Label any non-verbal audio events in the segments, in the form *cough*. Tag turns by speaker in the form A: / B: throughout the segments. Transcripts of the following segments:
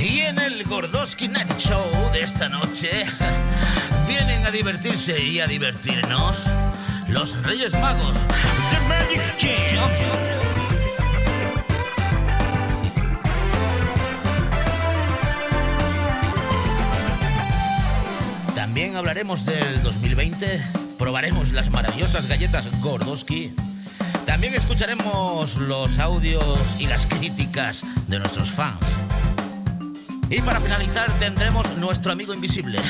A: del Gordoski Night Show de esta noche *laughs* vienen a divertirse y a divertirnos los Reyes Magos The Magic King. También hablaremos del 2020, probaremos las maravillosas galletas Gordoski. También escucharemos los audios y las críticas de nuestros fans. Y para finalizar tendremos nuestro amigo invisible.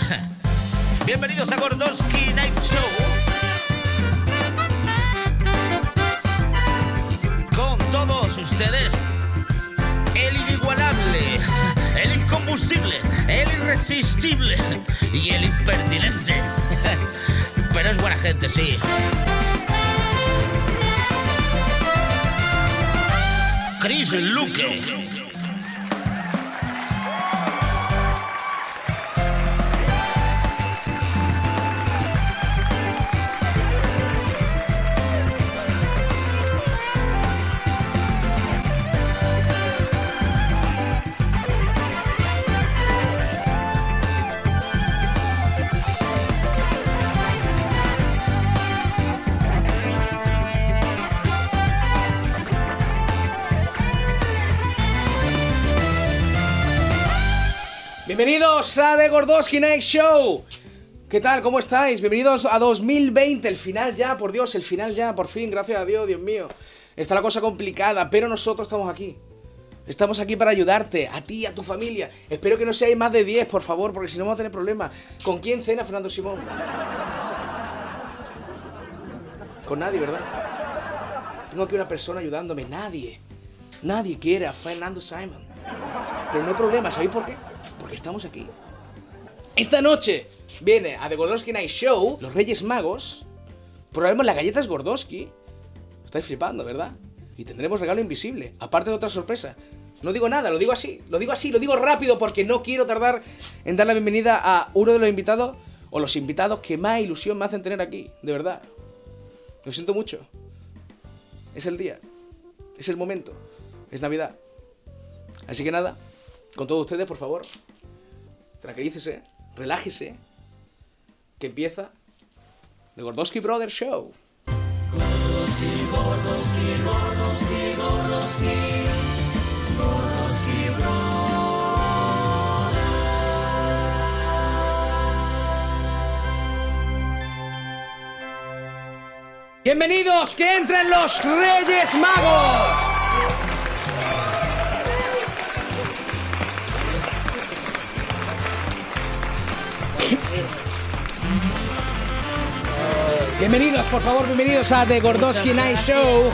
A: *laughs* Bienvenidos a Gordoski Night Show. Con todos ustedes, el inigualable, el incombustible, el irresistible y el impertinente. *laughs* Pero es buena gente, sí. Chris Luque.
B: Bienvenidos a The Gordoski Night Show. ¿Qué tal? ¿Cómo estáis? Bienvenidos a 2020, el final ya, por Dios, el final ya, por fin, gracias a Dios, Dios mío. Está la cosa complicada, pero nosotros estamos aquí. Estamos aquí para ayudarte, a ti, a tu familia. Espero que no seáis más de 10, por favor, porque si no vamos a tener problemas. ¿Con quién cena Fernando Simón? Con nadie, ¿verdad? Tengo aquí una persona ayudándome, nadie. Nadie quiere a Fernando Simon. Pero no hay problema, ¿sabéis por qué? Porque estamos aquí. Esta noche viene a The Gordowski Night Show, los Reyes Magos, probaremos las galletas Gordowski. Estáis flipando, ¿verdad? Y tendremos regalo invisible, aparte de otra sorpresa. No digo nada, lo digo así, lo digo así, lo digo rápido porque no quiero tardar en dar la bienvenida a uno de los invitados o los invitados que más ilusión me hacen tener aquí, de verdad. Lo siento mucho. Es el día, es el momento, es Navidad. Así que nada, con todos ustedes, por favor, tranquilícese, relájese, que empieza The Gordowski Brothers Show. Bienvenidos, que entren los Reyes Magos. Bienvenidos, por favor, bienvenidos a The Gordoski Night Show.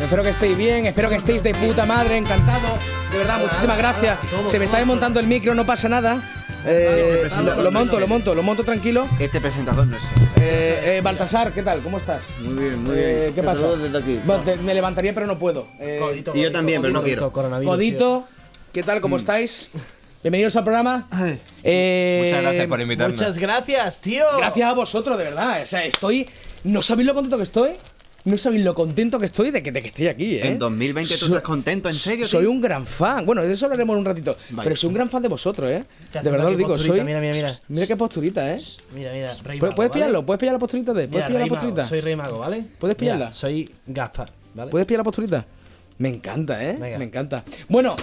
B: Espero que estéis bien, espero que estéis de puta madre, encantado. De verdad, muchísimas gracias. Se me está desmontando el micro, no pasa nada. Eh, lo, lo monto, lo monto, lo monto tranquilo.
C: Este presentador no es
B: Eh, eh, Baltasar, ¿qué tal? ¿cómo estás?
C: Muy bien,
B: Eh, ¿Qué
C: Te
B: pasa?
C: saludo desde aquí.
B: Bueno, te- me levantaría, pero no puedo. Eh,
C: Y yo también, pero no quiero. Mm.
D: Coronavirus.
B: Codito, ¿qué tal? ¿Cómo estáis? Bienvenidos al programa. Eh,
C: Muchas gracias por invitarme.
D: Muchas gracias, tío.
B: Gracias a vosotros, de verdad. O sea, estoy. No sabéis lo contento que estoy. No sabéis lo contento que estoy de que, de que estoy aquí, ¿eh?
C: En 2020 tú
B: So-
C: estás contento, ¿en serio?
B: Soy
C: tío?
B: un gran fan. Bueno, de eso hablaremos en un ratito.
C: Vale.
B: Pero soy un gran fan de vosotros, ¿eh?
D: Te hace
B: De verdad
D: una
B: lo digo,
D: posturita,
B: soy.
D: mira, mira, mira.
B: Mira qué posturita, ¿eh?
D: Mira, mira, rey
B: ¿Puedes,
D: mago,
B: puedes
D: ¿vale?
B: pillarlo, puedes pillar la posturita de.
D: Mira,
B: Puedes pillar la
D: rey mago,
B: posturita.
D: Soy rey mago, ¿vale?
B: ¿Puedes
D: Mira,
B: pillarla?
D: soy Gaspar, ¿vale?
B: ¿Puedes pillar la posturita? Me encanta, ¿eh?
D: Venga.
B: Me encanta. Bueno,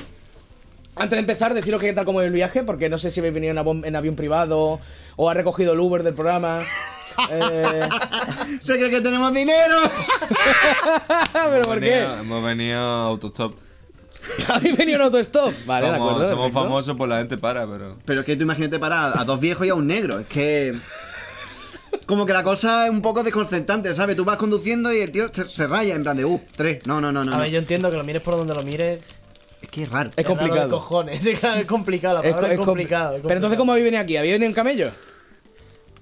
B: antes de empezar, deciros que qué tal como el viaje, porque no sé si habéis venido en avión, en avión privado o ha recogido el Uber del
D: *laughs*
B: programa. Eh,
C: ¿Se cree que tenemos dinero?
B: *laughs* ¿Pero por qué?
E: Venido- hemos venido a autostop.
B: ¿Habéis venido en autostop? Vale, de
E: Como
B: acuerdo.
E: somos
B: perfecto.
E: famosos, pues la gente para, pero.
C: Pero es que tú imagínate para a dos viejos y a un negro. Es que. Como que la cosa es un poco desconcertante, ¿sabes? Tú vas conduciendo y el tío se, se raya en plan de, uh, tres. No, no, no, no.
D: A
C: no.
D: ver, yo entiendo que lo mires por donde lo mires.
B: Ah,
C: Es que es raro.
B: Es
D: te da lo de
B: complicado.
D: cojones. Es claro, es complicado, la
B: Es co-
D: palabra es,
B: es compli-
D: complicado, es
B: Pero entonces,
D: complicado.
B: ¿cómo habéis venido aquí? ¿Habéis venido en camello?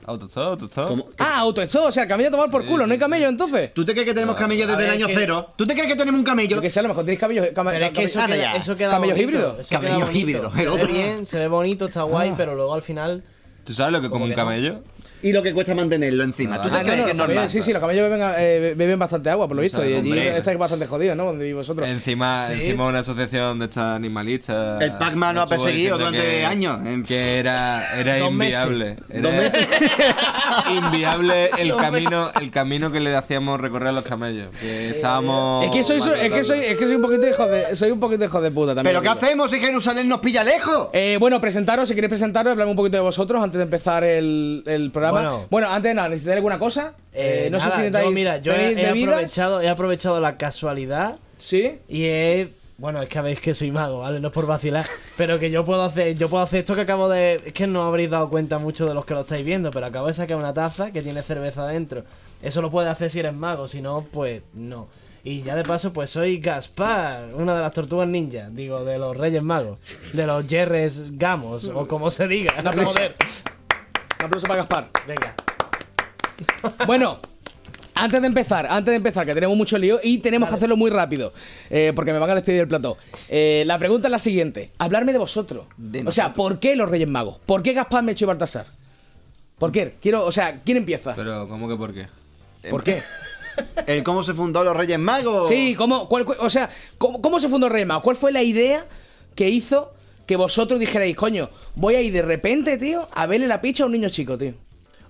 E: Autostop, autostop.
C: Como-
B: Ah, autostop, o sea, el camello a tomar por culo, no hay camello entonces.
C: ¿Tú te crees que tenemos camello desde
D: ver,
C: el año
D: que-
C: cero? ¿Tú te crees que tenemos un
B: Yo
C: camello?
B: que sé, a lo mejor tenéis camello. cama-
D: Pero es que
B: came-
D: eso
C: Anda
D: queda,
C: ya. Ah,
D: eso queda
B: Camellos
D: bonito,
B: híbridos.
D: eso queda
C: Camellos
D: bonito.
C: híbridos, el
D: Se ve
C: otro.
B: Ah.
D: bien, se ve bonito, está guay, pero luego al final...
E: ¿Tú sabes lo que come un
D: que no?
E: camello?
C: y lo que cuesta mantenerlo encima. ¿Tú te
E: Ah,
C: crees que
E: no,
B: lo
C: es
B: sabía.
C: normal?
B: Sí, sí, los camellos beben, eh, beben bastante agua, por lo
E: O
B: visto.
E: sea,
B: y allí
E: hombre.
B: estáis bastante jodidos, ¿no? Donde vivís vosotros.
E: Encima,
D: Sí.
E: encima una asociación de estas animalistas.
C: El Pac-Man lo ha
E: estuvo
C: perseguido
E: diciendo
C: durante
E: que-
C: años, en-
E: Que era, era
D: Dos meses.
E: inviable. Era
C: Dos meses.
E: *laughs* inviable el camino, el camino que le hacíamos recorrer a los camellos. Que estábamos.
B: Eh, Es que, soy, soy- es, que soy, es que soy un poquito hijo de, soy un poquito hijo de puta también.
C: ¿Pero
B: lo
C: qué
B: digo.
C: hacemos si Jerusalén nos pilla lejos?
B: Eh, bueno, presentaros, si queréis presentaros, hablarme un poquito de vosotros antes de empezar el, el programa. Bueno,
D: Bueno.
B: antes de nada, ¿necesitáis alguna cosa? Eh, no sé
D: nada,
B: si necesitáis.
D: yo, mira, yo he,
B: ¿tenéis
D: he
B: bebidas?
D: aprovechado, he aprovechado la casualidad
B: Sí.
D: y he... Bueno, es que veis que soy mago, ¿vale? No es por
B: *laughs*
D: vacilar, pero que yo puedo hacer yo puedo hacer esto que acabo de... Es que no habréis dado cuenta mucho de los que lo estáis viendo, pero acabo de sacar una taza que tiene cerveza dentro. Eso lo puedes hacer si eres mago, si no, pues no. Y ya de paso, pues soy Gaspar, una de las tortugas ninja, digo, de los Reyes Magos, de los Jerres Gamos, o como se diga.
B: Un aplauso.
D: *laughs* Joder.
B: Un aplauso para Gaspar.
D: Venga.
B: Bueno, antes de empezar, antes de empezar, que tenemos mucho lío y tenemos que hacerlo muy rápido, eh, porque me van a despedir del plato. Eh, la pregunta es la siguiente: hablarme de vosotros.
C: De
B: o sea, ¿por qué los Reyes Magos? ¿Por qué Gaspar, Melchor y Baltasar? ¿Por qué? Quiero, o sea, ¿quién empieza?
E: Pero, ¿cómo que por qué?
B: ¿Por qué?
C: *laughs* El cómo se fundó los Reyes Magos.
B: Sí, ¿cómo, cuál- cu- o sea, ¿cómo, cómo se fundó el Rey Mago? ¿Cuál fue la idea que hizo que vosotros dijerais, coño, voy a ir de repente, tío, a verle la picha a un niño chico, tío?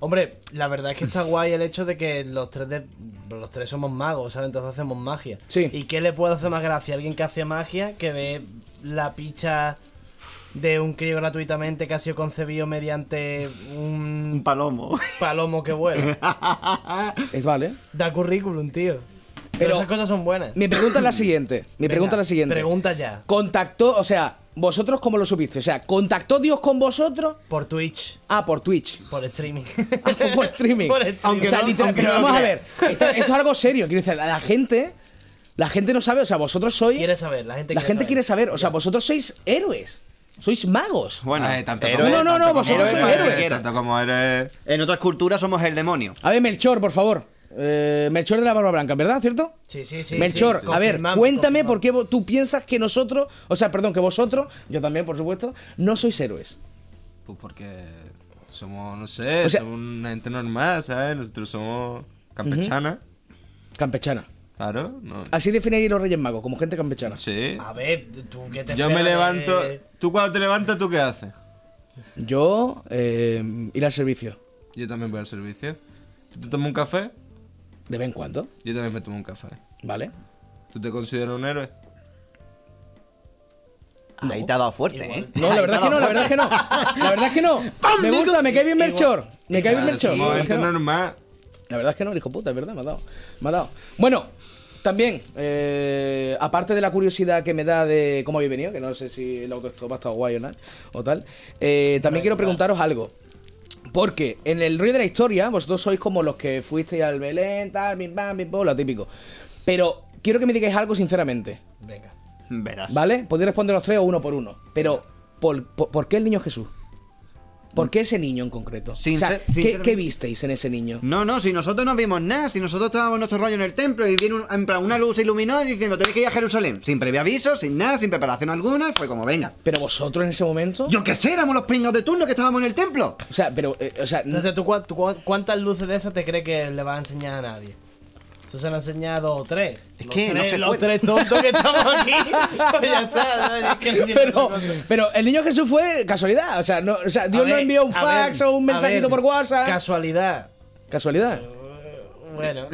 D: Hombre, la verdad es que está guay el hecho de que los tres de- los tres somos magos, ¿sabes? Entonces hacemos magia.
B: Sí.
D: ¿Y qué le puede hacer más gracia a alguien que hace magia que ve la picha de un crío gratuitamente que ha sido concebido mediante
C: Un
D: un
C: palomo.
D: palomo que vuela?
C: *laughs*
B: Es vale.
D: Da currículum, tío.
B: Pero-
D: Pero esas cosas son buenas.
B: Mi pregunta es la siguiente. Mi
D: Venga,
B: pregunta es la siguiente.
D: Pregunta ya.
B: Contactó, o sea, vosotros cómo lo supiste? O sea, ¿contactó Dios con vosotros?
D: Por Twitch,
B: Ah, por Twitch.
D: por streaming.
B: Ah, fue *laughs* por streaming.
D: Por streaming.
B: o sea,
C: no-
B: literal-
C: aunque
B: pero
C: no lo
B: vamos a ver.
C: creas.
B: Esto, esto es algo serio. Quiero decir, la, la gente. La gente no sabe, o sea, vosotros sois.
D: Quiere saber, la gente
B: la
D: quiere
B: gente
D: saber.
B: quiere saber, o sea, vosotros sois héroes. Sois magos.
C: Bueno,
E: Ay, tanto eh,
C: héroe-
B: No, no, no,
C: tanto
B: vosotros
C: como héroe
B: sois héroes.
C: quiera.
E: Tanto como eres.
C: En otras culturas somos el demonio.
B: A ver, Melchor, por favor. Eh, Melchor de la Barba Blanca, ¿verdad? ¿Cierto?
D: Sí, sí, sí.
B: Melchor,
D: sí.
B: a ver,
D: Confirmamos,
B: cuéntame
D: confirmamos.
B: por qué vo- tú piensas que nosotros, o sea, perdón, que vosotros, yo también, por supuesto, no sois héroes.
E: Pues porque somos, no sé,
B: O sea-
E: somos una gente normal, ¿sabes? Nosotros somos campechana.
B: Campechana.
E: Claro, no.
B: Así definiría los Reyes Magos, como gente campechana.
E: Sí.
C: Ah,
D: A ver, tú qué te
E: Yo me
D: esperas de-
E: levanto.
C: eh.
E: ¿Tú cuando te levantas, tú qué haces?
B: Yo, eh, ir al servicio.
E: Yo también voy al servicio. ¿Tú te tomas un café?
B: De vez en cuando,
E: Yo también me tomo un café.
B: ¿vale?
E: ¿Tú te consideras un héroe?
C: Ahí te ha dado fuerte,
D: Igual.
C: ¿eh?
B: Ah, No, la verdad es que no, la verdad es que no. La verdad es que no. Me gusta, me cae bien Melchor. Me cae bien
E: Ah,
B: Melchor. La
E: Somos
B: verdad es que
E: gente
B: no.
E: normal.
B: La verdad es que no, el hijo puta, es verdad, me ha dado. Me ha dado. Bueno, también, eh, aparte de la curiosidad que me da de cómo habéis venido, que no sé si el autostop ha estado guay o, nada, o tal, eh, también quiero preguntaros algo. Porque en el rollo de la historia, vosotros sois como los que fuisteis al Belén, tal, bim, bam, bim, bom, lo típico. Pero quiero que me digáis algo sinceramente,
D: Venga.
C: Verás.
B: ¿vale? Podéis responder los tres o uno por uno. Pero, ¿por, por, por qué el niño Jesús? ¿Por qué ese niño en concreto?
C: Sincer-
B: o sea, ¿qué,
C: sinceramente-
B: ¿qué visteis en ese niño?
C: No, no, si nosotros no vimos nada, si nosotros estábamos en nuestro rollo en el templo y viene un- en plan, una luz se iluminó y diciendo tenéis que ir a Jerusalén, sin previo aviso, sin nada, sin preparación alguna, y fue como venga.
B: Pero vosotros en ese momento.
C: Yo qué sé, éramos los pringados de turno que estábamos en el templo.
B: O sea, pero. eh, o sea, n-
D: Entonces, ¿tú, cua- tú cua- cuántas luces de esas te crees que le vas a enseñar a nadie? Eso se lo han enseñado tres.
C: Es
D: Los
C: que no
D: tres-
C: se
D: Los
C: puede.
D: tres tontos que estamos aquí.
B: *laughs*
D: Pues ya está. ¿no? Es que no tiene
B: pero,
D: otra cosa.
B: pero el niño Jesús fue casualidad. O sea, no, o sea Dios
D: A
B: no
D: ver,
B: envió un
D: a
B: fax
D: ver,
B: o un
D: a
B: mensajito
D: ver,
B: por WhatsApp.
D: Casualidad.
B: casualidad. Ah,
D: Bueno.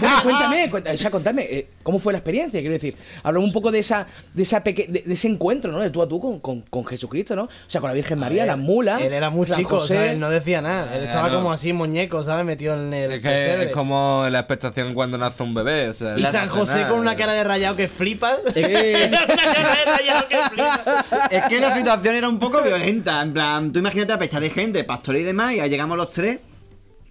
B: Bueno, cuéntame, cuéntame, o sea, contame, eh, ¿cómo fue la experiencia? Quiero decir, hablamos un poco de esa, de esa peque- de, de ese encuentro, ¿no? De tú a tú con, con, con Jesucristo, ¿no? O sea, con la Virgen María, la mula.
D: Eh, Él era muy
B: San
D: chico,
B: José.
D: ¿sabes? Él no decía nada. Él
E: Eh,
D: estaba
E: no.
D: como así, muñeco, ¿sabes? Metido en el.
E: Es que
D: pesebre.
E: es como la expectación cuando nace un bebé. O sea,
D: Y
E: no
D: San
E: hace
D: José
E: nada.
D: con una cara de rayado que flipa.
B: Sí.
D: *laughs* una cara de rayado que flipa.
C: Es
D: *laughs*
C: que la situación era un poco violenta, en plan, tú imagínate a pechar de gente, pastores y demás, y ahí llegamos los tres,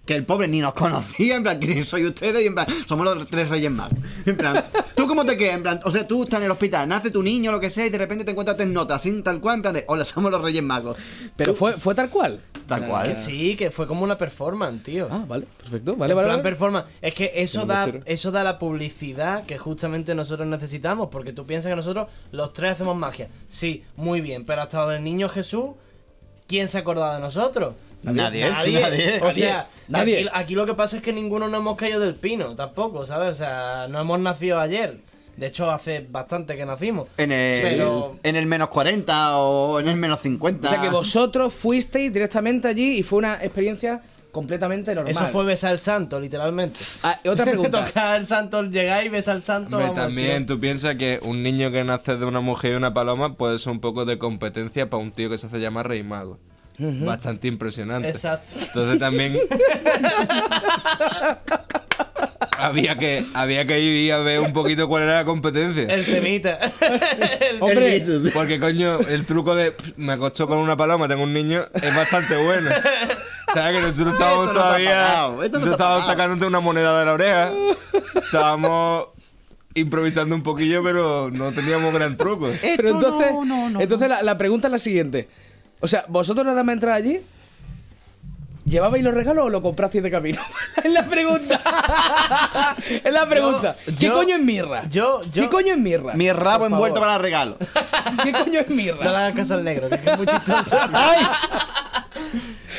C: que el pobre ni nos conocía, en plan, ¿quiénes soy ustedes? Y en plan, somos los tres reyes magos. En plan, ¿tú cómo te quedas? En plan, o sea, tú estás en el hospital, nace tu niño, lo que sea, y de repente te encuentras en notas, sin tal cual, en plan de, hola, somos los reyes magos.
B: Pero fue, fue tal cual.
C: Tal cual.
D: Que sí, que fue como una performance, tío.
B: Ah, vale, perfecto, vale,
D: En
B: vale.
D: plan
B: vale.
D: performance. Es que eso
B: Pero
D: da,
B: mechero.
D: eso da la publicidad que justamente nosotros necesitamos. Porque tú piensas que nosotros los tres hacemos magia. Sí, muy bien. Pero hasta del niño Jesús, ¿quién se ha acordado de nosotros?
C: Nadie,
D: Nadie.
C: nadie.
D: O sea,
B: Nadie.
D: Aquí, aquí lo que pasa es que ninguno nos hemos caído del pino, tampoco, ¿sabes? O sea, no hemos nacido ayer. De hecho, hace bastante que nacimos.
C: En el,
D: Pero-
C: en el menos 40 o en el menos 50.
B: O sea que vosotros fuisteis directamente allí y fue una experiencia completamente normal.
D: Eso fue besar al santo, literalmente.
B: Ah,
D: *laughs*
B: y otra pregunta.
D: Tocar al santo, llegáis, besar al santo.
E: Hombre,
D: vamos,
E: también
D: tío.
E: tú piensas que un niño que nace de una mujer y una paloma puede ser un poco de competencia para un tío que se hace llamar rey mago. Bastante impresionante.
D: Exacto. *laughs*
E: Entonces también... había, que, había que ir a ver un poquito cuál era la competencia.
D: El
B: *laughs*
D: temita. El-
B: Hombre,
E: Porque coño, el truco de "Pff, me acostó con una paloma, tengo un niño, es bastante bueno. ¿Sabes que nosotros
C: Esto
E: estábamos
C: no está
E: todavía...
C: pagado, esto no
E: nosotros
C: está
E: estábamos
C: pagado.
E: sacándote una moneda de la oreja. Estábamos improvisando un poquillo, pero no teníamos gran truco.
B: pero entonces, entonces la, la pregunta es la siguiente. O sea, vosotros nada más entrar allí, ¿llevabais los regalos o lo comprasteis de camino? *laughs* es la pregunta. es la pregunta.
D: Yo-
B: ¿Qué
D: yo-
B: coño es mirra?
D: yo- yo-
B: ¿Qué coño es mirra?
C: Mi rabo
D: Por
C: envuelto
D: favor.
C: para regalo.
B: ¿Qué coño es mirra?
D: No le hagas caso al negro, que es muy
B: *laughs*
D: chistoso. No,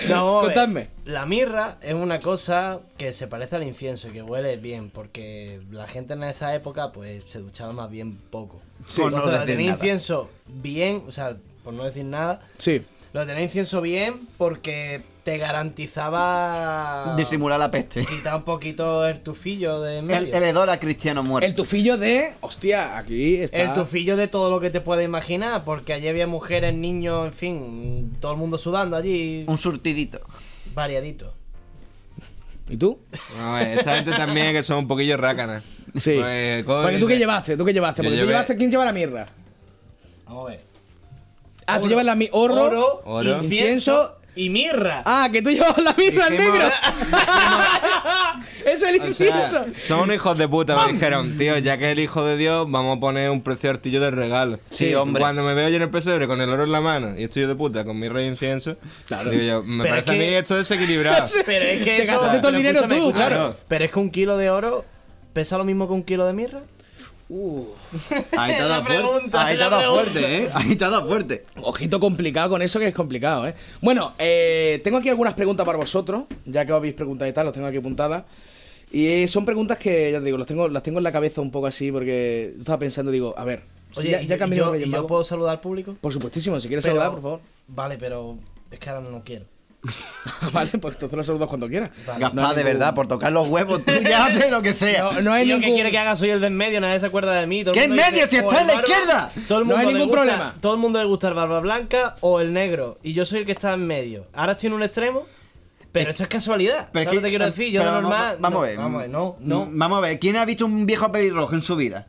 D: vamos a ver.
B: Contadme.
D: La mirra es una cosa que se parece al incienso y que huele bien, porque la gente en esa época pues se duchaba más bien poco.
C: Sí, por no
D: Entonces, al
C: decir
D: tener
C: nada.
D: incienso bien, o sea, por no decir nada,
B: Sí.
D: lo tener incienso bien porque te garantizaba
C: Disimular la peste.
D: quitar un poquito el tufillo de en
C: El,
D: medio.
C: el hedor a cristiano muerto.
B: El tufillo de. Hostia, aquí está.
D: El tufillo de todo lo que te puedes imaginar, porque allí había mujeres, niños, en fin, todo el mundo sudando allí,
C: Un surtidito.
D: variadito.
B: ¿Y tú?
E: A ver, esta gente también que son un poquillo rácanas.
B: Sí.
E: Pues, coño,
B: Porque tú qué llevaste, tú qué llevaste.
E: Yo
B: Porque tú
E: llevé-
B: llevaste. ¿Quién lleva la mirra?
D: Vamos a ver.
B: Ah, tú llevas la mi horro.
D: Oro,
E: Oro.
D: incienso y mirra.
B: Ah, que tú llevas la mirra al
E: Dijimos-
B: negro.
E: *laughs*
B: Eso es el
E: o
B: incienso. *laughs*
E: sea, son hijos de puta, me dijeron, tío, ya que es el hijo de Dios, vamos a poner un precio artillo de regalo.
C: Sí,
E: Y
C: hombre.
E: Cuando me veo yo en el pesebre con el oro en la mano y estoy yo de puta con mi rey incienso, digo yo, me
D: Pero es
E: parece a mí
D: que-
E: esto desequilibrado.
D: *laughs* Pero es que
B: *laughs* Te
D: eso-
B: gastaste todo el
D: pero
B: dinero
D: escúchame,
B: tú,
D: escúchame.
E: claro.
D: Pero es que un kilo de oro pesa lo mismo que un kilo de mirra.
C: Ahí te
D: *laughs* La
C: ha dado fuerte.
D: pregunta,
C: Ahí te
D: la
C: ha dado
D: pregunta.
C: fuerte, eh. Ahí te ha dado fuerte.
B: Ojito complicado con eso que es complicado, ¿eh? Bueno, eh, tengo aquí algunas preguntas para vosotros, ya que os habéis preguntado y tal, los tengo aquí apuntadas. Y eh, son preguntas que, ya te digo, los tengo, las tengo en la cabeza un poco así, porque yo estaba pensando, digo, a ver, si
D: Oye,
B: ya,
D: y
B: ya
D: yo-
B: cambié
D: y
B: el
D: yo,
B: Rey
D: y yo
B: Mago.
D: puedo saludar al público.
B: Por supuestísimo, si quieres
D: Pero-
B: saludar, por favor.
D: Vale, pero es que ahora no quiero.
B: *laughs* vale, pues entonces lo saludas cuando quieras.
D: Vale.
C: Gaspar, de verdad, por tocar los huevos, tú
D: *laughs*
C: ya haces lo que sea.
B: No, no hay
D: Y lo
B: ningún...
D: que quiere que haga soy el de en medio, nadie se acuerda de mí. todo el
C: ¿Qué en
D: mundo
C: medio? Si
D: "Oh,
C: está en la
D: el barba".
C: izquierda.
D: Todo el
B: No
D: mundo
B: hay
D: le
B: ningún
D: gusta-
B: problema.
D: Todo el mundo le gusta el barba blanca o el negro. Y yo soy el que está en medio. Ahora estoy en un extremo, pero esto es casualidad.
C: Pero
D: ¿Sabes
C: es
D: lo
C: que- eh,
D: que te quiero decir? Yo de
C: pero
D: normal.
C: Vamos,
D: no,
C: a ver.
D: Vamos a ver, no, no.
C: Mm, Vamos a ver, ¿quién ha visto un viejo pelirrojo en su vida?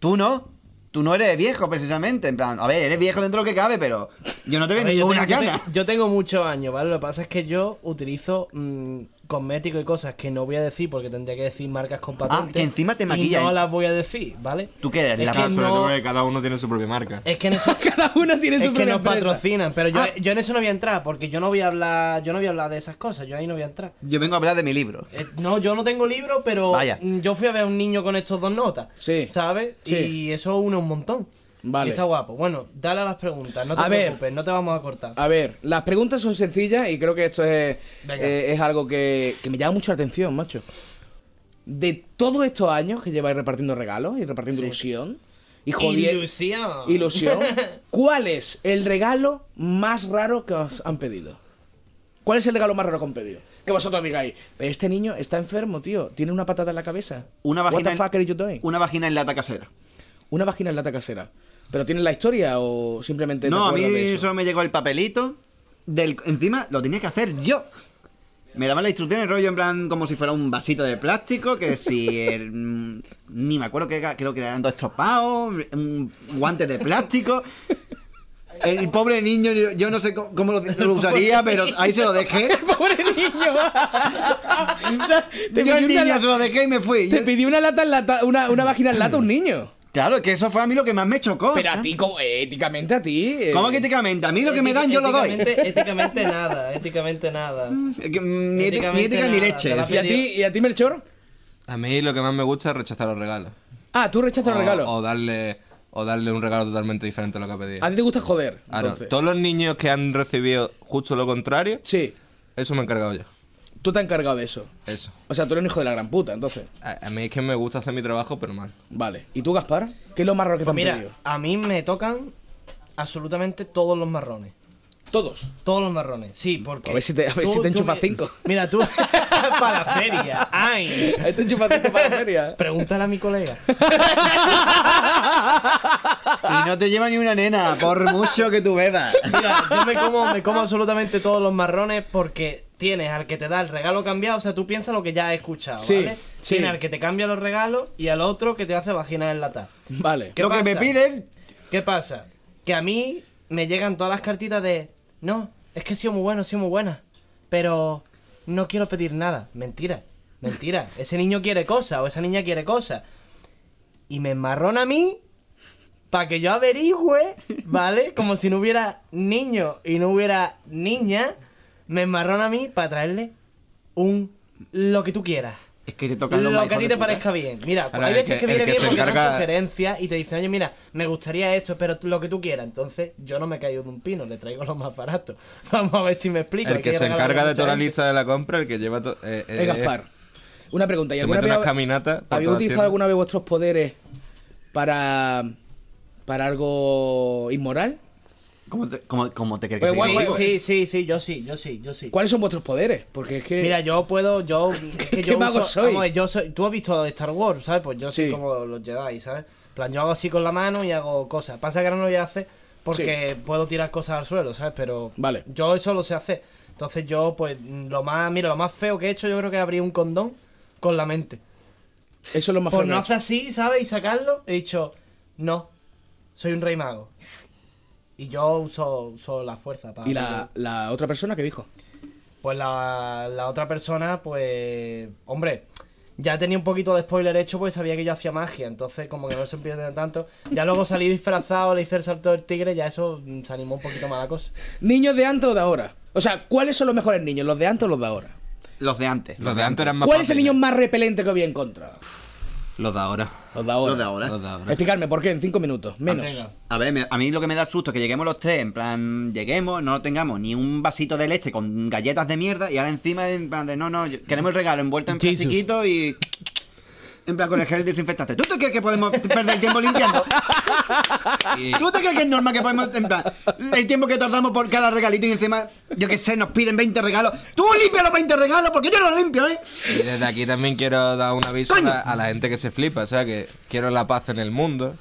C: Tú no. Tú no eres viejo, precisamente. En plan, a ver, eres viejo dentro de lo que cabe, pero yo no te veo
D: A ver, yo
C: ninguna
D: tengo- yo
C: cana.
D: te- Yo tengo muchos años, ¿vale? Lo que pasa es que yo utilizo mm, cosméticos y cosas que no voy a decir porque tendría que decir marcas compatibles.
C: Ah, que encima te maquilla,
D: Y no
C: ¿eh?
D: las voy a decir, ¿vale?
C: ¿Tú qué eres?
D: Es
C: La
D: que
E: Ah, sobre
D: no-
E: todo que cada uno tiene su propia marca.
D: Es
C: *laughs*
D: que en eso,
B: Cada uno tiene
D: es
B: su
D: que
B: propia
D: nos
B: empresa.
D: patrocinan, pero yo,
B: Ah.
D: yo en eso no voy a entrar porque yo no voy a hablar, yo no voy a hablar de esas cosas, yo ahí no voy a entrar.
C: Yo vengo a hablar de mi libro.
D: Eh, No, yo no tengo libro, pero
C: Vaya.
D: mm, yo fui a ver a un niño con estos dos notas,
B: Sí.
D: ¿sabes?
B: Sí.
D: Y eso une un montón.
B: Vale.
D: Y está guapo. Bueno, dale a las preguntas, no te
B: A ver.
D: preocupes, no te vamos a cortar.
B: A ver, las preguntas son sencillas y creo que esto es,
D: Venga.
B: eh, es algo que, que me llama mucho la atención, macho. De todos estos años que lleváis repartiendo regalos y repartiendo ilusión y jodie-
D: Ilusión. *laughs*
B: ilusión, ¿cuál es el regalo más raro que os han pedido? ¿Cuál es el regalo más raro que han pedido? Que vosotros digáis, pero este niño está enfermo, tío, tiene una patata en la cabeza.
C: Una
B: What
C: vagina
B: the fuck are you doing?
C: en, una vagina en lata casera.
B: Una vagina en lata casera. ¿Pero tienes la historia o simplemente te
C: No, a mí
B: acuerdas de eso?
C: solo me llegó el papelito. Del, encima lo tenía que hacer yo. Me daban las instrucciones, rollo, en plan, como si fuera un vasito de plástico, que si el- *laughs* mm, ni me acuerdo que era- creo que eran dos estropados, un guante de plástico. El pobre niño, yo, yo no sé cómo, cómo lo, lo usaría, pero ahí se lo dejé.
B: *laughs* ¡Pobre niño! O sea, te,
C: Yo
B: pidió
C: el
B: una,
C: niño
B: la-
C: se lo dejé y me fui.
B: te
C: Yo-
B: pidió una lata en lata, una, una vagina en lata a un niño.
C: claro, que eso fue a mí lo que más me chocó.
B: Pero a
C: ¿sabes?
B: ti, como- eh, éticamente a ti. eh,
C: ¿Cómo que éticamente? A mí lo que me dan yo lo doy.
D: Éticamente- Éticamente nada, éticamente nada.
C: Es que, mm, Ni, ética- ni
D: Éticamente
C: ética ni
D: nada,
C: leche.
D: te la
B: ¿Y a ti, y a ti Melchor?
E: A mí lo que más me gusta es rechazar los regalos.
D: Oh,
B: Ah, tú rechazas
E: o,
B: los regalos.
E: o darle o darle un regalo totalmente diferente a lo que pedía.
B: ¿A ti te gusta joder?
E: Ah, no.
B: entonces?
E: Todos los niños que han recibido justo lo contrario,
B: Sí,
E: eso me he encargado yo.
B: tú te has encargado de eso.
E: Eso.
B: O sea, tú eres un hijo de la gran puta, entonces.
E: A, a mí es que me gusta hacer mi trabajo, pero mal.
B: Vale. ¿Y tú, Gaspar? ¿Qué es lo más raro que te
D: Pues
B: han
D: mira,
B: pedido?
D: a mí me tocan absolutamente todos los marrones.
B: Todos.
D: Todos los marrones, sí, porque.
B: A ver si te- a ver si te enchufas
D: mi- *laughs*
B: cinco.
D: Mira,
B: *laughs*
D: tú. para la feria. ¡Ay!
B: Ahí te enchufas tú para la feria.
D: Pregúntale a mi colega.
C: Y no te lleva ni una nena, por mucho que tú bebas.
D: Mira, yo me como, me como absolutamente todos los marrones porque tienes al que te da el regalo cambiado, o sea, tú piensas lo que ya has escuchado,
B: Sí,
D: ¿vale?
B: sí.
D: Tienes al que te cambia los regalos y al otro que te hace vagina en lata.
B: Vale.
D: ¿Qué
C: lo que me
D: pasa?
C: piden,
D: ¿Qué pasa? Que a mí me llegan todas las cartitas de. No, es que he sido muy bueno, he sido muy buena. Pero no quiero pedir nada. Mentira, mentira. Ese niño quiere cosas o esa niña quiere cosas. Y me enmarrona a mí para que yo averigüe, ¿vale? Como si no hubiera niño y no hubiera niña. Me enmarrona a mí para traerle un. lo que tú quieras.
C: es que te tocan los
D: Lo
C: más
D: que a ti
C: hijos de
D: te
C: puta.
D: parezca bien. Mira,
E: Ahora,
D: hay
E: el
D: veces
E: que-
D: que,
E: el
D: viene
E: que
D: bien
E: se
D: porque dan
E: encarga-
D: sugerencias y te dicen, oye, mira, me gustaría esto, pero lo que tú quieras. Entonces, yo no me he caído de un pino, le traigo lo más barato. *laughs* Vamos a ver si me explico.
E: El
D: hay
E: que se
D: regalarle
E: encarga
D: a
E: de
D: mucha
E: toda la
D: gente.
E: lista de la compra, el que lleva todo. Eh, eh,
B: Es Gaspar. Una pregunta. ¿Y
E: Se
B: alguna
E: mete
B: vez
E: unas
B: hab-
E: caminatas. por
B: ¿Habéis
E: todas las
B: utilizado
E: tiendas.
B: alguna vez vuestros poderes para. para algo inmoral?
C: ¿Cómo te, cómo, cómo te crees
B: Pues
C: que
B: guau,
C: te
B: guau,
C: digo?
B: guau.
D: Sí, sí, sí, sí, yo sí, yo sí, yo sí.
B: ¿Cuáles son vuestros poderes? Porque es que.
D: Mira, yo puedo,
B: *laughs*
D: yo, es que
B: ¿Qué
D: yo
B: mago
D: uso-
B: soy?
D: vamos a ver, yo soy, tú has visto Star Wars, ¿sabes? Pues yo soy
B: Sí.
D: como los Jedi, ¿sabes? En plan, yo hago así con la mano y hago cosas. Pasa que ahora no lo voy a hacer porque puedo tirar cosas al suelo, ¿sabes? Pero
B: Vale.
D: yo eso lo sé hacer. Entonces yo, pues, lo más, mira, lo más feo que he hecho yo creo que es abrir un condón con la mente.
B: Eso es lo más
D: Pues
B: feo
D: no hace
B: que
D: así, ¿sabes? Y sacarlo, he dicho, no, soy un rey mago. Y yo uso, uso la fuerza
B: he
D: para...
B: hecho. ¿Y la, la otra persona que dijo?
D: Pues la, la otra persona, pues. Hombre, ya tenía un poquito de spoiler hecho porque sabía que yo hacía magia, entonces como que no se pierde tanto. Ya luego salí disfrazado, le hice el salto del tigre, ya eso mm, se animó un poquito más la cosa.
B: *laughs* ¿Niños de antes o de ahora? O sea, ¿cuáles son los mejores niños? ¿Los de antes o los de ahora?
C: Los de antes.
E: Los de antes eran más
B: ¿Cuál es el
E: fáciles.
B: niño más repelente que había encontrado?
E: Los de ahora.
B: Los de ahora.
C: Los de ahora.
E: Los de ahora.
B: Explicarme por qué en cinco minutos, menos.
D: Venga.
C: A ver, me- a mí lo que me da susto es que lleguemos los tres, en plan, lleguemos, no tengamos ni un vasito de leche con galletas de mierda y ahora encima, en plan, de no, no, yo- queremos el regalo envuelto en
D: Jesus.
C: plastiquito y. En plan, con el gel desinfectante. ¿Tú te crees que podemos perder el tiempo limpiando? ¿Tú te crees que es normal que podemos, en plan, el tiempo que tardamos por cada regalito y encima, yo qué sé, nos piden 20 regalos? ¡Tú limpia los 20 regalos porque yo no los limpio, eh!
E: Y desde aquí también quiero dar un aviso a
C: ¡Coño!
E: la, a la gente que se flipa, o sea que quiero la paz en
C: *laughs*
E: el mundo.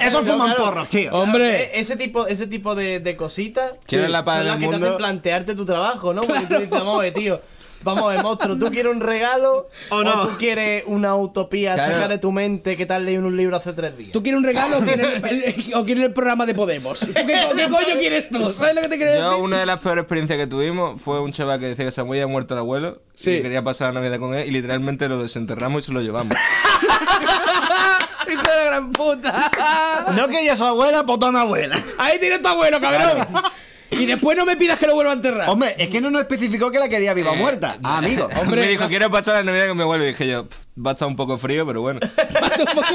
C: Esos
D: No,
C: fuman
D: claro.
C: porros, tío.
B: Hombre.
E: eh,
D: E- Ese tipo, ese tipo de, de cositas
E: ¿Quieres la paz
D: son las
E: del
D: que te
E: mundo?
D: hacen plantearte tu trabajo, ¿no? Porque tú dices, vamos a ver, tío. Vamos a ver, monstruo, ¿tú quieres un regalo?
C: O no.
D: tú quieres una utopía
E: Claro.
D: saca de tu mente que te has leído en un libro hace tres días?
B: ¿Tú quieres un regalo
D: *laughs*
B: o quieres el, o quieres el programa de Podemos? ¿Tú ¿Qué, co- qué coño quieres tú? ¿Sabes lo que te quiero decir?
D: *laughs*
E: Yo, una de las peores experiencias que tuvimos fue un chaval que decía que se había muerto el abuelo
B: Sí.
E: y quería pasar la Navidad con él y literalmente lo desenterramos y se lo llevamos.
B: ¡Hijo de la gran puta!
C: *laughs* No quería su abuela, pues toma abuela.
B: Ahí tienes tu abuelo, cabrón. Y después no me pidas que lo vuelva a enterrar.
C: Hombre, es que no nos especificó que la quería viva o muerta.
D: *laughs*
C: Ah, amigo.
E: me dijo, quiero pasar la Navidad con mi abuelo y dije yo, "Pff, va a estar un poco frío, pero bueno.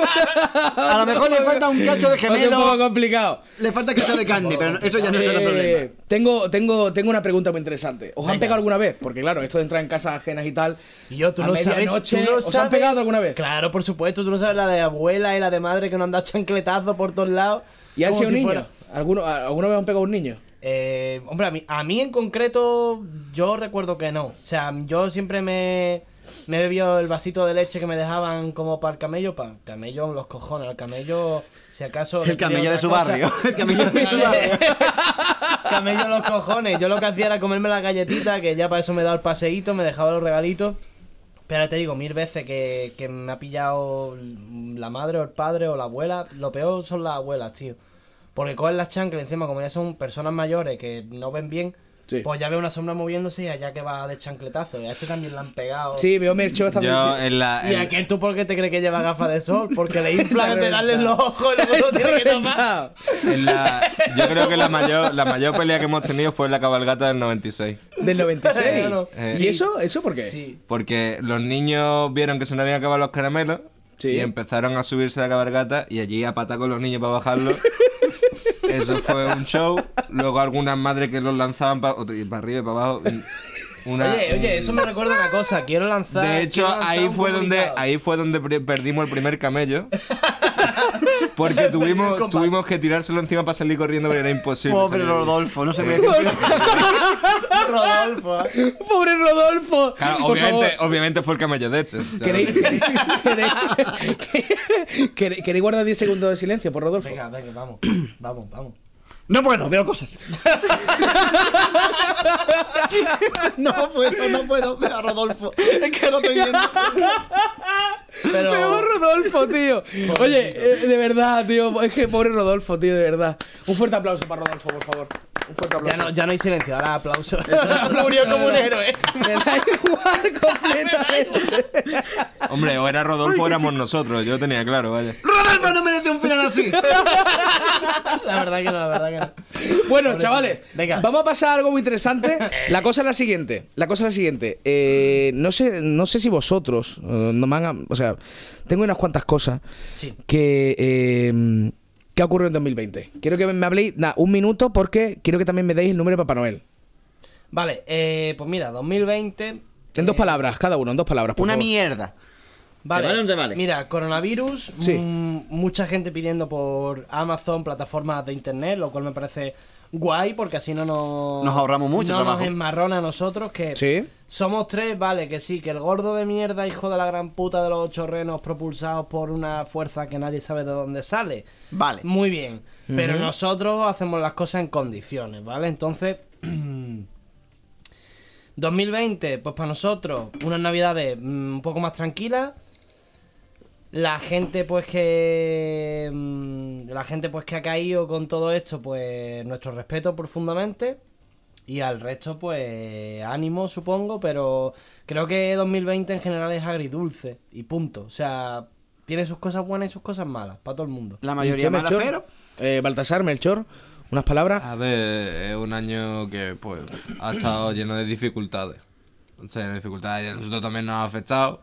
C: *laughs* A lo mejor le falta un
B: *laughs*
C: cacho de
B: Hombre, un poco
C: gemelo.
B: complicado.
C: Le falta cacho de carne, pero eso ya no es otro
B: Eh,
C: problema.
B: tengo, tengo, tengo una pregunta muy interesante. ¿Os han pegado alguna vez? Porque claro, esto de entrar en casas ajenas y tal.
D: Y yo, tú
B: a
D: no sabes, tú
B: medianoche,
D: no
B: ¿Os han
D: sabes-
B: pegado alguna vez?
D: Claro, por supuesto, tú no sabes la de abuela y la de madre que no han dado chancletazo por todos lados.
B: ¿Y han
D: como
B: sido
D: si
B: niños?
D: fuera-
B: ¿Alguno, a- ¿Alguna vez han pegado a un niño?
D: Eh, hombre, a mí, a mí en concreto, yo recuerdo que no. O sea, yo siempre me, me he bebido el vasito de leche que me dejaban como para el camello, para camello, los cojones, el camello, si acaso. le
C: El
D: pidió
C: camello de
D: otra
C: su
D: cosa.
C: barrio. El camello de su barrio.
D: *laughs* Camello en los cojones. Yo lo que hacía era comerme la galletita, que ya para eso me daba el paseíto, me dejaba los regalitos. Pero te digo mil veces que, que me ha pillado la madre o el padre o la abuela. Lo peor son las abuelas, tío. Porque cogen las chanclas encima, como ya son personas mayores que no ven bien,
B: Sí.
D: pues ya ve una sombra moviéndose y allá que va de chancletazo. Y a este también la han pegado.
B: Sí, veo Mercho está
E: Yo en
B: Ah,
E: la...
D: Y
E: en-
D: aquel tú por qué te crees que lleva gafas de sol, porque le
B: *laughs*
D: inflan de darle los
B: reventado.
D: ojos y luego lo tiene que tomar.
B: reventado.
E: en la- yo creo que la mayor, la mayor pelea que hemos tenido fue en la cabalgata del 96.
B: Del 96.
D: *laughs* Claro.
B: ¿Y
E: Eh, Sí.
B: eso? ¿Eso por qué?
D: Sí. *laughs*
E: Porque los niños vieron que se nos habían acabado los caramelos
B: Sí.
E: y empezaron a subirse a la cabalgata y allí a patar con los niños para bajarlo. Eso fue un show. Luego algunas madres que los lanzaban para arriba y para abajo. Una-
D: Oye, oye,
E: un-
D: eso me recuerda una cosa. Quiero lanzar.
E: de hecho,
D: quiero lanzar
E: ahí
D: un
E: fue donde
D: comunicado.
E: ahí fue donde pre- perdimos el primer camello. Porque tuvimos, tuvimos que tirárselo encima para salir corriendo, porque era imposible.
C: Pobre
E: salir de allí.
C: Rodolfo,
E: *laughs*
C: no se merece.
D: Rodolfo.
B: *laughs* ¡Pobre Rodolfo!
E: Claro,
B: Por
E: obviamente,
B: favor.
E: obviamente fue el camello, de hecho. ¿sabes?
B: ¿Queréis, queréis, queréis- queréis- queréis guardar 10 segundos de silencio por Rodolfo?
D: Venga, venga, vamos. Vamos, vamos.
C: No puedo, veo
B: *laughs*
C: cosas. no puedo, no puedo, veo a Rodolfo. Es que no estoy
B: *laughs*
C: viendo.
D: Pero.
B: Pobre Rodolfo, tío. Oye, eh, de verdad, tío. Es que pobre Rodolfo, tío, de verdad. Un fuerte aplauso para Rodolfo, por favor. Un fuerte aplauso.
D: Ya no,
B: *laughs*
D: ya no hay silencio, ahora aplauso. *laughs*
B: Murió como un héroe.
D: e-
B: Me da igual completamente.
E: Hombre, o era Rodolfo o éramos nosotros, yo tenía claro, vaya.
C: ¡Rodolfo no merece un final
B: *laughs*
C: así!
D: *laughs* la verdad que no, la verdad que no.
B: Bueno, chavales,
D: Venga. Eh.
B: vamos a pasar a algo
D: *laughs*
B: muy interesante. La cosa es la siguiente. La cosa es la siguiente. Eh, no sé, no sé si vosotros eh, no me han- o sea, tengo unas cuantas cosas
D: Sí.
B: que eh, que ha ocurrido en 2020. Quiero que me habléis nada, un minuto porque quiero que también me deis el número de Papá Noel.
D: Vale, eh, pues mira, 2020.
B: En dos
D: eh,
B: palabras, cada uno, en dos palabras. por
C: Una
B: favor.
C: mierda.
D: Vale,
C: ¿Te vale o no te vale?
D: Mira, coronavirus,
B: Sí.
D: mm, mucha gente pidiendo por Amazon, plataformas de internet, lo cual me parece guay porque así no nos,
C: Nos ahorramos mucho
D: no
C: trabajo.
D: nos enmarrona a nosotros que
B: Sí.
D: somos tres, vale, que sí, que el gordo de mierda, hijo de la gran puta de los ocho renos propulsados por una fuerza que nadie sabe de dónde sale.
C: Vale.
D: Muy bien. Pero nosotros hacemos las cosas en condiciones, ¿vale? Entonces. 2020, pues para nosotros, unas navidades mm, un poco más tranquilas. La gente, pues que. mm, La gente, pues que ha caído con todo esto, pues nuestro respeto profundamente. Y al resto, pues ánimo, supongo, pero creo que 2020 en general es agridulce y punto. O sea, tiene sus cosas buenas y sus cosas malas, para todo el mundo.
C: La
B: ¿Y
C: mayoría
B: usted,
C: mala,
B: Melchor?
C: pero.
B: Eh, Baltasar, Melchor, unas palabras.
E: A ver, Pues, es un año que pues ha estado lleno de dificultades. O sea, lleno de dificultades. A nosotros también nos ha afectado.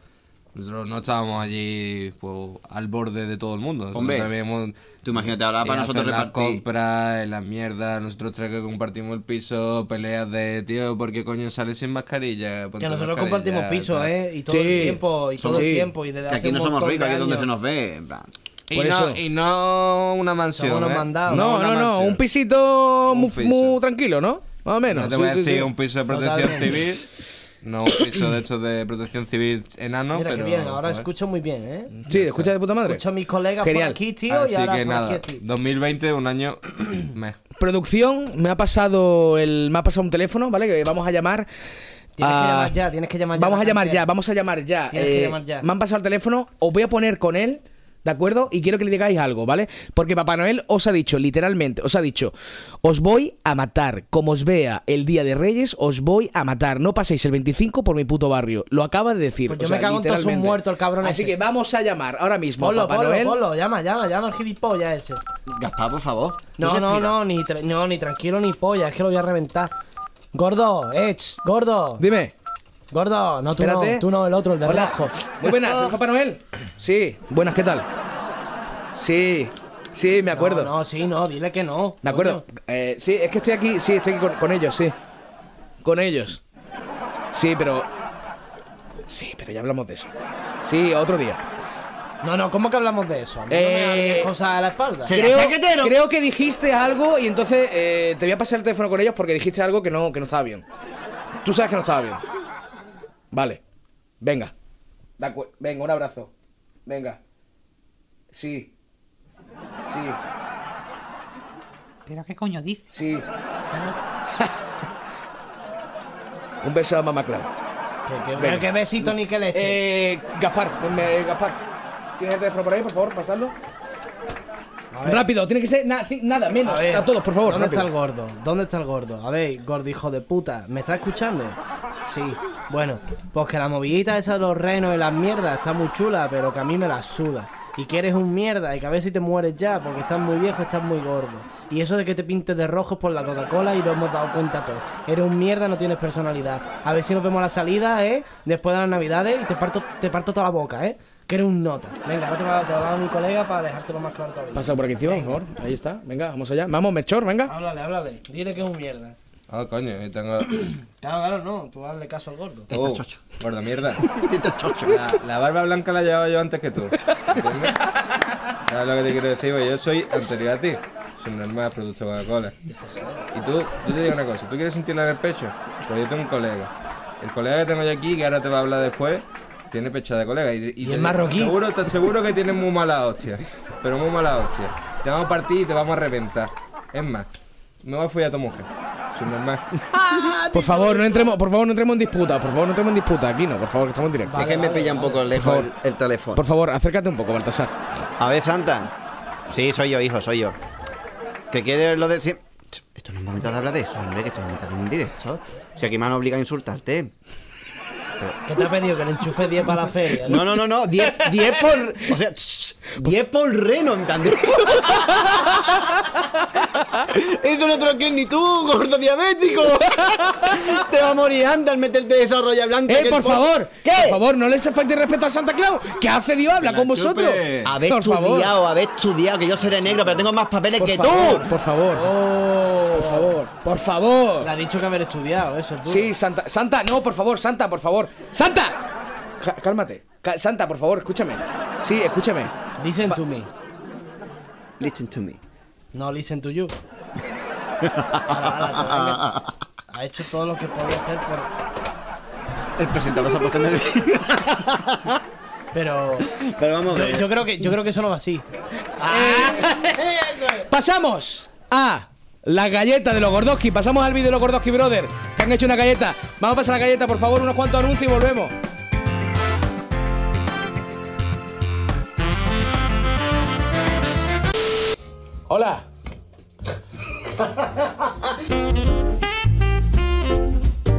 E: Nosotros no estábamos allí pues, al borde de todo el mundo. Nosotros
C: Hombre,
E: también hemos-
C: tú imagínate ahora para
E: eh,
C: nosotros
E: hacer las
C: repartir.
E: compras, eh, las mierdas, nosotros tres que compartimos el piso, peleas de tío, ¿por qué coño sales sin mascarilla? Ponte
D: Que nosotros
E: mascarilla",
D: compartimos piso,
E: tal.
D: ¿eh? Y todo
B: Sí.
D: el tiempo, y todo
B: Sí.
D: el tiempo, y desde
C: Que
D: hace
C: aquí
D: un
C: no somos
D: montón de
C: ricos, aquí es donde
D: años.
C: se nos ve. en plan.
E: Y
B: Por
E: no,
B: eso.
E: y no una mansión.
D: Somos unos
E: ¿eh?
D: mandados.
B: No,
E: una
B: no, no,
E: mansión.
B: un pisito
E: Un
B: muy,
E: piso.
B: muy tranquilo, ¿no? Más o menos.
E: No te
B: Sí,
E: voy a
B: sí,
E: decir
B: sí.
E: un piso de protección
D: Totalmente.
E: civil. No, un piso de hecho de protección civil enano,
D: Mira,
E: pero.
D: qué bien, ahora
E: joder.
D: escucho muy bien, ¿eh?
B: Sí, escucha de puta madre.
D: Escucho a mis colegas
B: Genial.
D: por aquí, tío,
E: Así
D: y ahora
E: que
D: por
E: nada,
D: aquí, tío.
E: 2020, un año. *coughs* meh.
B: Producción, me ha pasado el, me ha pasado un teléfono, ¿vale? Que vamos a llamar.
D: Tienes que
B: a-
D: llamar ya, tienes que llamar ya.
B: Vamos
D: la
B: a llamar
D: gente.
B: ya, vamos a llamar ya. Eh,
D: Tienes que llamar ya.
B: Me han pasado el teléfono, os voy a poner con él, ¿de acuerdo? Y quiero que le digáis algo, ¿vale? Porque Papá Noel os ha dicho, literalmente, os ha dicho, os voy a matar. Como os vea el Día de Reyes, os voy a matar. No paséis el 25 por mi puto barrio. Lo acaba de decir.
D: Pues yo
B: o sea,
D: me cago en todos sus
B: literalmente.
D: muertos, el cabrón
B: Así
D: ese.
B: que vamos a llamar ahora mismo a
D: Ponlo,
B: Papá
D: ponlo,
B: Noel.
D: ponlo, llama, llama, llama al gilipollas ese.
C: Gaspar, por favor.
D: No, no, no, ni, tra- no, ni tranquilo ni polla, es que lo voy a reventar. Gordo, eh, ch, gordo,
B: Dime.
D: gordo, no tú
B: Espérate.
D: no, tú no, el otro, el de
B: Hola.
D: relajo. *laughs*
B: Muy buenas,
D: Oh.
B: ¿es Papá Noel? Sí. Buenas, ¿qué tal? Sí, sí, me acuerdo.
D: No, no, sí, no, dile que no.
B: Me acuerdo. Eh, sí, es que estoy aquí, sí, estoy aquí con, con ellos, sí. Con ellos. Sí, pero. Sí, pero ya hablamos de eso. Sí, otro día.
D: No, no, ¿cómo que hablamos de eso? A mí no
B: Eh,
D: me hables cosas a la espalda.
C: se-
B: Creo,
C: chaquetero.
B: creo que dijiste algo y entonces eh, te voy a pasar el teléfono con ellos porque dijiste algo que no, que no estaba bien. Tú sabes que no estaba bien. Vale. Venga. De acu- Venga, un abrazo. Venga. Sí. Sí.
F: ¿Pero qué coño dices?
B: Sí. un beso a mamá Clara.
D: Que- que-
B: venga.
D: que besito ni que leche.
B: Eh, Gaspar, ponme, eh, Gaspar. ¿Tienes el teléfono por ahí, por favor, pasarlo? Rápido, tiene que ser na- ci- nada,
D: A
B: menos.
D: ver,
B: A, todos, por favor.
D: ¿Dónde
B: rápido.
D: está el gordo? ¿Dónde está el gordo? A ver, gordo hijo de puta, ¿me está escuchando? Sí, bueno, pues que la movidita esa de los renos y las mierdas está muy chula, pero que a mí me la suda. Y que eres un mierda y que a ver si te mueres ya, porque estás muy viejo, estás muy gordo. Y eso de que te pintes de rojo es por la Coca-Cola y lo hemos dado cuenta todos. Eres un mierda, no tienes personalidad. A ver si nos vemos a la salida, ¿eh? Después de las navidades y te parto, te parto toda la boca, ¿eh? que eres un nota. Venga, ahora te va, te va a dar mi colega para dejártelo más claro todavía.
B: Pasa por aquí encima, por favor. Ahí está. Venga, vamos allá. Vamos, Melchor, venga.
D: Háblale, háblale. Dile que es un mierda.
E: Ah, coño, que tengo.
D: Claro, claro, no. Tú hazle caso al gordo.
E: Oh,
C: chocho.
E: Gorda
C: *laughs*
E: mierda.
C: Tita chocho.
E: La, la barba blanca la llevaba yo antes que tú.
C: *laughs*
E: ¿Entiendes? ¿Sabes lo que te quiero decir? Pues yo soy anterior a ti. Soy un normal producto de Coca-Cola. Y tú, yo te digo una cosa, ¿tú quieres sentirla en el pecho? Pues yo tengo un colega. El colega que tengo yo aquí, que ahora te va a hablar después, tiene pecho de colega. Y,
D: es
E: te-
D: marroquí.
E: Seguro, te aseguro que tienes muy mala hostia. Pero muy mala hostia. Te vamos a partir y te vamos a reventar. Es más, me voy a follar a tu mujer. Soy normal.
B: Por favor, no entremos, por favor, no entremos en disputa. Por favor, no entremos en disputa. Aquí no, por favor, que estamos en directo.
C: Es que me pilla un poco lejos el, el teléfono.
B: Por favor, acércate un poco, Baltasar.
C: A ver, Santa. Sí, soy yo, hijo, soy yo. ¿Que quieres lo de...? sí. Esto no es momento de hablar de eso, hombre, que esto es momento de un directo. Si aquí me han obligado a insultarte.
D: ¿Qué te ha pedido? Que le enchufe 10 para la feria.
C: No, no, no, no. 10 por. O sea, 10 por reno, en *laughs* plan. de- Eso no te lo crees ni tú, gordo diabético. *laughs* Te va a morir anda al meterte esa roya blanca. que
B: ¡Eh,
C: el
B: por
C: po-
B: favor!
C: ¿Qué?
B: Por favor, no les falta el respeto a Santa Claus, que hace Dios habla
E: la
B: con vosotros.
E: chupe.
C: Habéis
B: Por favor.
C: estudiado, habéis estudiado, que yo seré negro, pero tengo más papeles
B: Por
C: que
B: favor,
C: tú.
B: Por favor. Por favor. Por favor.
D: Le Oh. ha dicho que haber estudiado, eso es duro.
B: Sí, Santa, Santa, no, por favor, Santa, por favor. ¡Santa! Ja- cálmate. Ca- Santa, por favor, escúchame. Sí, escúchame.
D: Listen to me.
C: Listen to me.
D: No listen to
B: *laughs*
D: you. Ahora, ahora, venga. ha hecho todo lo que podía hacer, por-
C: El presentador se ha puesto nervioso.
D: pero
C: Pero vamos a
D: yo,
C: ver.
D: yo creo que yo creo que eso no va así.
B: Ah. *laughs* Pasamos a la galleta de los Gordoski. Pasamos al vídeo de los Gordoski Brothers, que han hecho una galleta. Vamos a pasar la galleta, por favor, unos cuantos anuncios y volvemos. Hola. *laughs*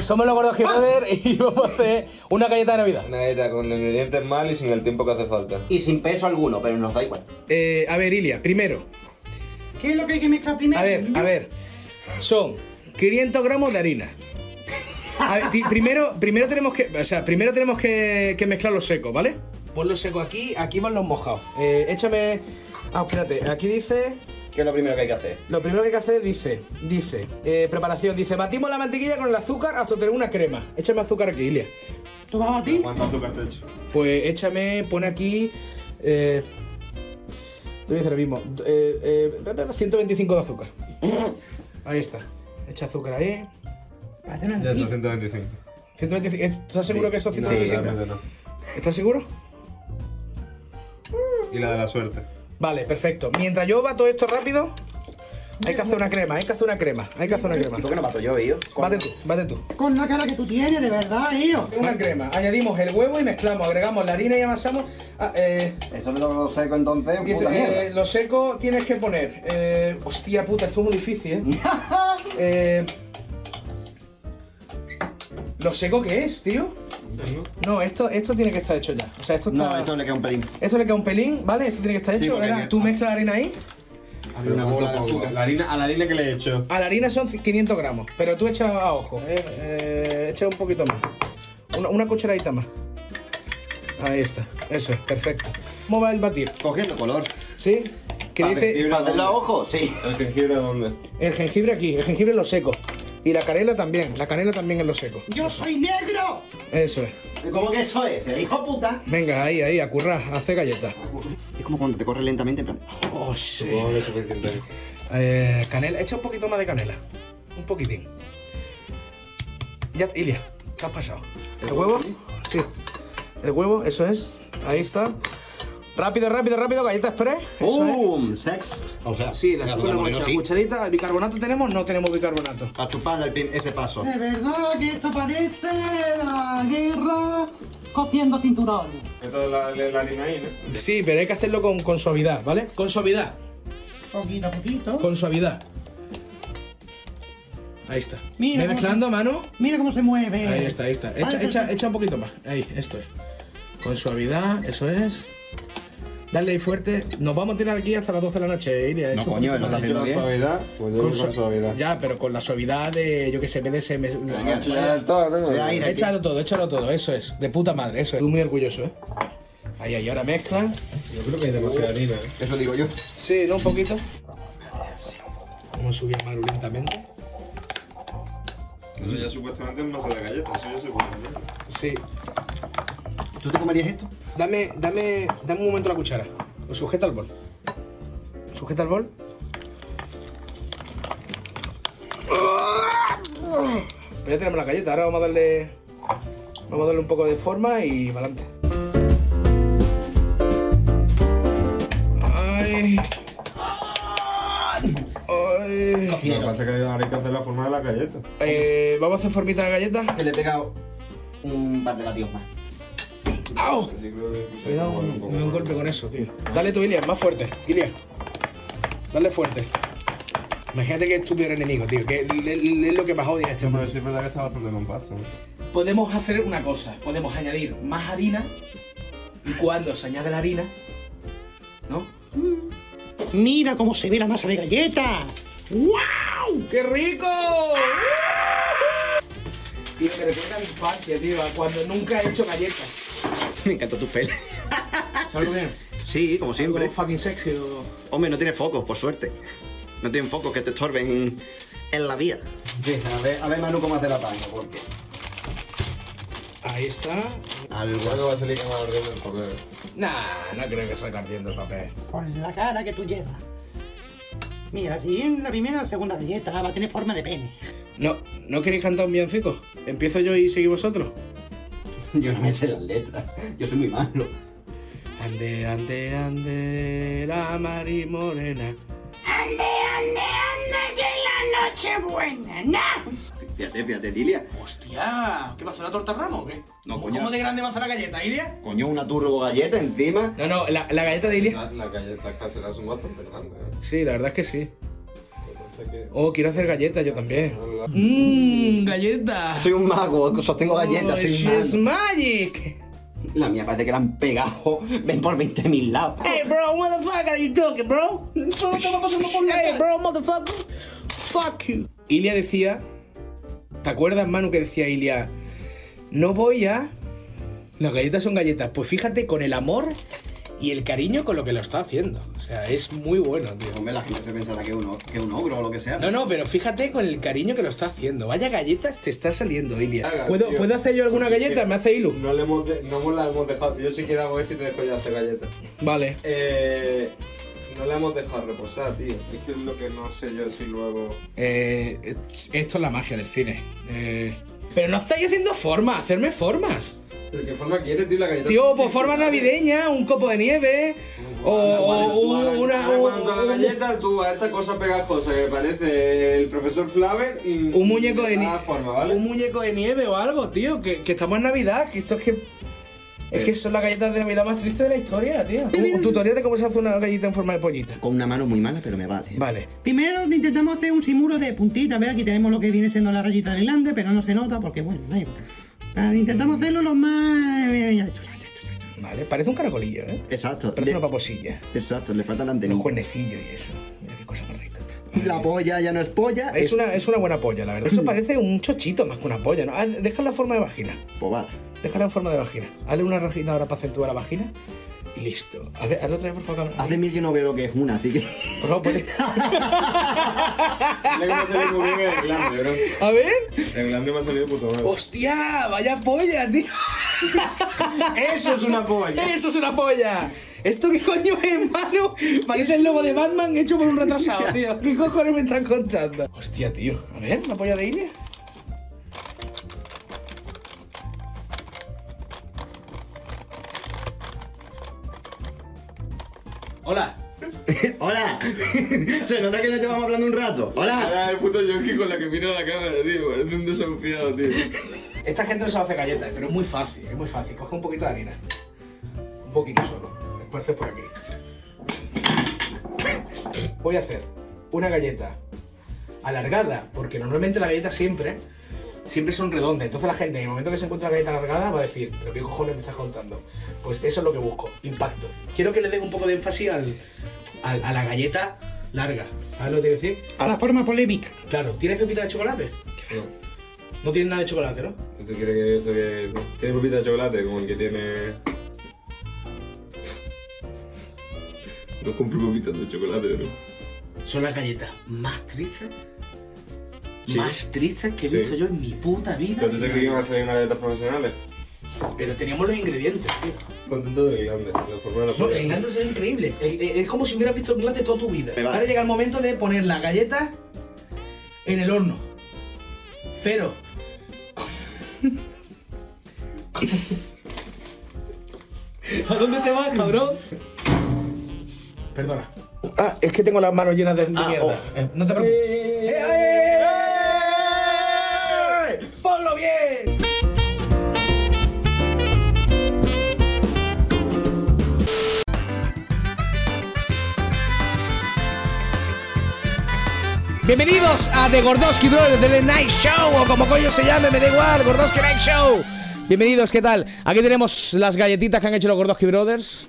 B: Somos los Gordoski Brothers *laughs* y vamos a hacer una galleta de Navidad.
E: Una dieta con los ingredientes mal y sin el tiempo que hace falta.
C: Y sin peso alguno, pero nos da igual.
B: Eh, a ver, Ilia, primero.
F: ¿Qué es lo que hay que mezclar primero?
B: A ver, a ver. Son 500 gramos de harina. A ver, ti- primero, primero tenemos que, o sea, primero tenemos que, que mezclar los secos, ¿vale? Pon los secos aquí, aquí van los mojados. Eh, échame. Ah, espérate, aquí dice.
C: ¿Qué es lo primero que hay que hacer?
B: Lo primero que hay que hacer dice, dice, eh, preparación, dice, batimos la mantequilla con el azúcar hasta obtener una crema. Échame azúcar aquí, Ilia.
F: ¿Tú vas a batir?
E: ¿Cuánto azúcar te hecho?
B: Pues échame, pone aquí. Eh, te voy a decir lo mismo. eh, eh, 125 de azúcar. Ahí está. Echa azúcar ahí.
F: Parece una
E: Ya,
F: nariz.
E: 225.
B: 125. ¿Estás seguro que eso es 125?
E: no.
B: ¿Estás seguro?
E: Y la de la suerte.
B: Vale, perfecto. Mientras yo bato esto rápido, hay que hacer una crema, hay que hacer una crema, hay que hacer una crema.
C: ¿Por qué no mato yo, yo?
B: Bate tú, bate tú.
F: Con la cara que tú tienes, de verdad, tío.
B: Una crema, añadimos el huevo y mezclamos, agregamos la harina y amasamos. Ah, eh,
C: Eso de lo seco entonces,
B: Dice,
C: puta mierda.
B: eh, lo seco tienes que poner. eh, hostia puta, esto es muy
C: *laughs*
B: difícil, ¿eh? Eh, ¿Lo seco qué es, tío? No, esto, esto tiene que estar hecho ya. O sea, esto está.
C: No, esto le queda un pelín.
B: esto le queda un pelín, ¿vale? Esto tiene que estar
E: Sí,
B: hecho.
E: porque
B: Era-
E: tiene-
B: tú mezclas la harina ahí.
E: Había una bola de azúcar. La harina, a la harina que le he hecho.
B: A la harina son 500 gramos, pero tú echas a ojo. Eh, eh, echa un poquito más. Una, una cucharadita más. Ahí está. Eso es, perfecto. ¿Cómo va el batir?
C: Cogiendo color.
B: ¿Sí? ¿Qué
C: Vale,
B: dice?
E: y-
C: ¿Para hacerlo a ojo? Sí.
G: Ah,
E: ¿El jengibre dónde?
B: El jengibre aquí, el jengibre en lo seco. Y la canela también, la canela también en lo seco.
F: ¡Yo soy negro!
B: Eso es.
C: ¿Cómo que eso es? ¿El hijo puta?
B: Venga, ahí, ahí, a currar, a hacer galletas.
C: Es como cuando te corre lentamente, en plan.
B: Oh, sí.
E: Supongo que es suficiente.
B: Eh, canela, echa un poquito más de canela. Un poquitín. Ya, Ilia, ¿qué has pasado? ¿El huevo? Sí. El huevo, eso es. Ahí está. Rápido, rápido, rápido, galletas express. Eso es.
C: ¡Boom! Sex. O sea,
B: Sí, la
C: ya,
B: super
C: lo
B: con
C: digo,
B: la
C: sí.
B: cucharita. ¿Bicarbonato tenemos? No tenemos bicarbonato.
C: A chupar el pin- ese paso.
F: De verdad que esto parece la guerra cociendo cinturón.
E: Esto es la, la, la harina ahí, ¿no?
B: Sí, pero hay que hacerlo con, con suavidad, ¿vale? Con suavidad.
F: Poquito a poquito.
B: Con suavidad. Ahí está.
F: Mira
B: ¿Ve
F: cómo
B: mezclando, mano?
F: Mira cómo se mueve.
B: Ahí está, ahí está. Echa,
F: Vale,
B: echa,
F: perfecto.
B: echa un poquito más. Ahí, esto es. Con suavidad, eso es. Dale ahí fuerte. Nos vamos a tirar aquí hasta las 12 de la noche, Iria.
C: No,
B: hecho.
C: coño, lo está
G: Yo
C: haciendo
G: la
C: bien.
G: suavidad, pues yo
B: Con
G: voy con
B: su-
G: suavidad.
B: Ya, pero con la suavidad de, yo qué sé, BDSM. no sé
G: Me he
B: qué.
G: hecho Ah, ya del todo, ¿no?
C: Sí, ahí, de-
B: Échalo todo, échalo todo, eso es. De puta madre, eso es. Estoy muy orgulloso, ¿eh? Ahí, ahí, ahora mezclan.
G: Yo creo que hay demasiada harina. ¿eh? Eso digo yo.
B: Sí, ¿no? Un poquito. Vamos a subir a Maru lentamente.
G: Eso ya supuestamente es masa de galletas, eso ya se puede comer.
B: Sí.
C: ¿Tú te comerías esto?
B: Dame, dame, dame un momento la cuchara. Lo sujeta al bol. Sujeta al bol. Pero ya tenemos la galleta, ahora vamos a darle. Vamos a darle un poco de forma y para adelante. Ay. Ay.
G: Lo que pasa es que ahora hay que hacer la forma de la galleta.
B: Eh, vamos a hacer formita de galleta.
C: Que le he pegado un par de latidos más.
B: ¡Au!
G: Yo creo que-
B: Cuidado con
G: Bueno,
B: un golpe con eso, tío. Dale tú, Ilias, más fuerte. Ilias. Dale fuerte. Imagínate que estúpido era el enemigo, tío. Que es lo que más odia a este hombre.
G: Pero sí es verdad que está bastante compacto. ¿eh?
B: Podemos hacer una cosa. Podemos añadir más harina. Y cuando se añade la harina, ¿no?
H: Mira cómo se ve la masa de galleta.
B: ¡Au! ¡Qué rico! Tío, me recuerda a mi infancia, tío. a cuando nunca he hecho galletas.
C: *laughs* Me encanta tus
H: *laughs*
C: pelos.
B: ¿Salgo bien?
C: Sí, como siempre.
B: Algo fucking sexy o...
C: Hombre, no tiene focos, por suerte. No tienen focos que te estorben en, en la vía.
G: A ver, a ver Manu cómo hace la paña, porque...
B: Ahí está.
G: Al igual que va a salir que me va a arder el papel.
B: Nah, Ah, no creo que salga ardiendo el papel.
H: Con la cara que tú llevas. Mira, si en la primera o la segunda galleta va a tener forma de pene.
B: No, ¿no queréis cantar un villancico? ¿Empiezo yo y seguís vosotros?
C: *laughs* Yo no me sé las letras. Yo soy muy malo.
B: Ande, ande, ande, la mari morena.
C: Fíjate, fíjate, Lilia.
B: ¡Hostia! ¿Qué pasó, la torta ramo o qué?
C: No,
B: ¿Cómo-
C: coño.
B: ¿Cómo de grande va a ser la galleta, Iria?
C: Coño, una turbo galleta encima.
B: No, no, la, la galleta de Iria.
G: La- Las galletas caseras son bastante grandes, ¿eh?
B: Sí, la verdad es que sí.
G: Lo que pasa es que...
B: Oh, quiero hacer galletas yo también. Mmm, galleta.
C: Soy un mago, sostengo galletas,
B: Oh,
C: soy un
B: she's
C: mago.
B: magic.
C: La mía parece que la han pegado. Ven por 20.000 lados.
B: Hey, bro, what the fuck are you
C: *laughs*
B: talking, bro? Hey, bro, motherfucker. Fuck you. Ilia decía, ¿te acuerdas, Manu, que decía Ilia? No voy a... Las galletas son galletas. Pues fíjate con el amor y el cariño con lo que lo está haciendo. O sea, es muy bueno, tío.
C: Hombre, la gente se pensará que es un, que es un ogro o lo que sea.
B: No, no, pero fíjate con el cariño que lo está haciendo. Vaya galletas te está saliendo, Ilia.
G: Haga,
B: ¿Puedo,
G: tío.
B: ¿Puedo hacer yo alguna
G: Porque es
B: galleta?
G: que
B: Me hace ilu.
G: No, le hemos de- no la hemos dejado. Yo sí que hago esto y te dejo ya hacer galletas.
B: Vale.
G: Eh, no la hemos dejado reposar, tío. Es que es lo que no sé yo si luego.
B: Eh, es- esto es la magia del cine. Eh, pero no estáis haciendo formas, hacerme formas.
G: ¿Pero qué forma quieres, tío? La galleta.
B: Tío, pues forma navideña, un copo de nieve,
G: Ah,
B: o, o una,
G: Cuando
B: un-
G: a la galleta, tú a esta cosa pegajosa que parece el profesor Flaver. mm,
B: un muñeco de
G: da
B: nieve.
G: forma, ¿vale?
B: Un muñeco de nieve o algo, tío, que, que estamos en Navidad, que esto es que... Es que son las galletas de Navidad más tristes de la historia, tío. Un tutorial de cómo se hace una galleta en forma de pollita.
C: Con una mano muy mala, pero me vale.
B: Vale.
H: Primero intentamos hacer un simuro de puntita, ¿ves? Aquí tenemos lo que viene siendo la rayita del glande, pero no se nota porque, bueno, da igual. Pero intentamos hacerlo lo más... Ya, ya, ya, ya.
B: Vale, parece un caracolillo, ¿eh?
C: Exacto.
B: Parece
C: de-
B: una paposilla.
C: Exacto, le falta la
B: Un
C: antenilla.
B: cuernecillo y eso. Mira qué cosa más rica.
C: La polla ya no es polla.
B: Es una, es una buena polla, la
C: *clears throat*
B: verdad. Eso parece un chochito más que una polla, ¿no? Ah, Deja la forma de vagina.
C: Pobada.
B: Déjala en forma de vagina. Hazle una rajita ahora para acentuar la vagina. Y listo. A ver, hazlo otra vez, por favor, cámara.
C: Hace mil que no veo lo que es una, así que. *laughs*
B: Por favor, ponle.
G: Mira que me ha salido muy bien el glande, bro.
B: A ver.
G: El glande me ha salido puto mal.
B: ¡Hostia! ¡Vaya polla, tío!
G: *laughs* Eso es una polla.
B: ¡Eso es una polla! ¿Esto qué coño es, mano? Parece el logo de Batman hecho por un
G: *laughs*
B: retrasado, tío. ¿Qué cojones me están contando? Hostia, tío. A ver, una polla de Iria. Hola.
C: *laughs* ¡Hola! *laughs* Se nota que no llevamos hablando un rato. ¡Hola!
G: Ahora el puto yonki con la que mira la cámara, tío. Parece un desconfiado, tío.
B: Esta gente no se hace galletas, pero es muy fácil, es muy fácil. Coge un poquito de harina. Un poquito solo. Esparces por aquí. Voy a hacer una galleta alargada, porque normalmente la galleta siempre siempre son redondas. Entonces la gente, en el momento que se encuentra la galleta alargada, va a decir, pero ¿qué cojones me estás contando? Pues eso es lo que busco, impacto. Quiero que le den un poco de énfasis al, al- a la galleta larga. ¿Sabes lo que te quiero decir?
H: A la forma polémica.
B: Claro, ¿tienes pepita de chocolate?
G: No.
B: No tienes nada de chocolate, ¿no?
G: ¿Tú quieres que esto que.? no? ¿Tiene pepita de chocolate como el que tiene.? No compro pepitas de chocolate, ¿no?
B: Son las galletas más tristes.
G: Sí.
B: Más tristes que he
G: Sí.
B: visto yo en mi puta vida.
G: ¿Pero tú te crees que van a salir unas galletas profesionales?
B: Pero teníamos los ingredientes, tío.
G: Contento del glande, la forma de la
B: No,
G: polla.
B: el glande sería increíble. Es, es- es como si hubieras visto el glande toda tu vida. Ahora llega el momento de poner las galletas en el horno. Pero. ¿A dónde te
I: *laughs*
B: vas, cabrón? Perdona. Ah, es que tengo las manos llenas de, de mierda. Eh, No te preocupes. ¡Eh, eh, eh! ¡Ponlo bien! Bienvenidos a The Gordowski Brothers del Night Show, o como coño se llame, me da igual, Gordowski Night Show. Bienvenidos, ¿qué tal? Aquí tenemos las galletitas que han hecho los Gordowski Brothers.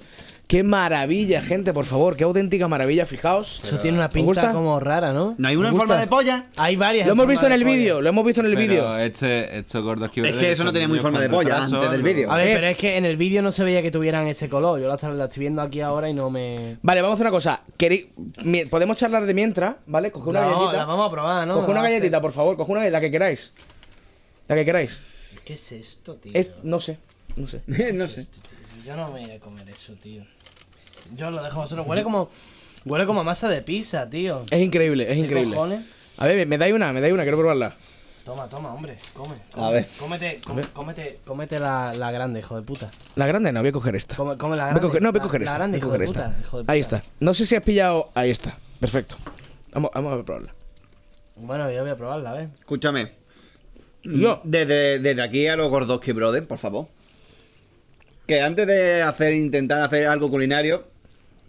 B: Qué maravilla, gente, por favor, qué auténtica maravilla, fijaos.
D: Eso tiene una
B: gusta?
D: pinta como rara, ¿no?
C: ¿No hay una en
B: Me
C: forma
B: gusta.
C: de polla?
D: Hay varias.
B: Lo hemos
D: formas
B: visto en
D: de
B: el
D: polla.
B: vídeo, lo hemos visto en el
E: Pero
B: vídeo.
E: Este, estos gordos aquí
C: Es que eso no tenía muy forma de polla antes del vídeo.
D: A ver,
B: Eh.
D: pero es que en el vídeo no se veía que tuvieran ese color. Yo la, la estoy viendo aquí ahora y no me.
B: Vale, vamos a hacer una cosa. Querí- mi- Podemos charlar de mientras, ¿vale? Coge una
D: No,
B: galletita.
D: la vamos a probar, ¿no?
B: Coge una
D: La
B: galletita, por favor, coge una galletita, la que queráis. La que queráis.
D: hace- ¿Qué es esto, tío?
B: Es- no sé, no sé.
C: *laughs* no sé.
D: Yo no me voy a comer eso, tío. Yo lo dejo a vosotros. Huele como. Huele como a masa de pizza, tío.
B: Es increíble, es
D: ¿Qué
B: increíble.
D: cojones?
B: A ver, me dais una, me dais una, quiero probarla.
D: Toma, toma, hombre. Come.
C: A ver.
D: Cómete, com- cómete, cómete la, la grande, hijo de puta.
B: La grande no, voy a coger esta.
D: Come, come la
B: Voy a
D: grande.
B: coger- no, voy a
D: la-
B: coger
D: la
B: esta.
D: grande,
B: voy a
D: hijo
B: coger
D: de
B: esta.
D: puta, hijo de puta.
B: Ahí está. No sé si has pillado. Ahí está. Perfecto. Vamos, vamos a probarla.
D: Bueno, yo voy a probarla, a ver.
C: Escúchame.
B: Yo.
C: Desde, desde aquí a los Gordoski Brothers, por favor. Que antes de hacer intentar hacer algo culinario,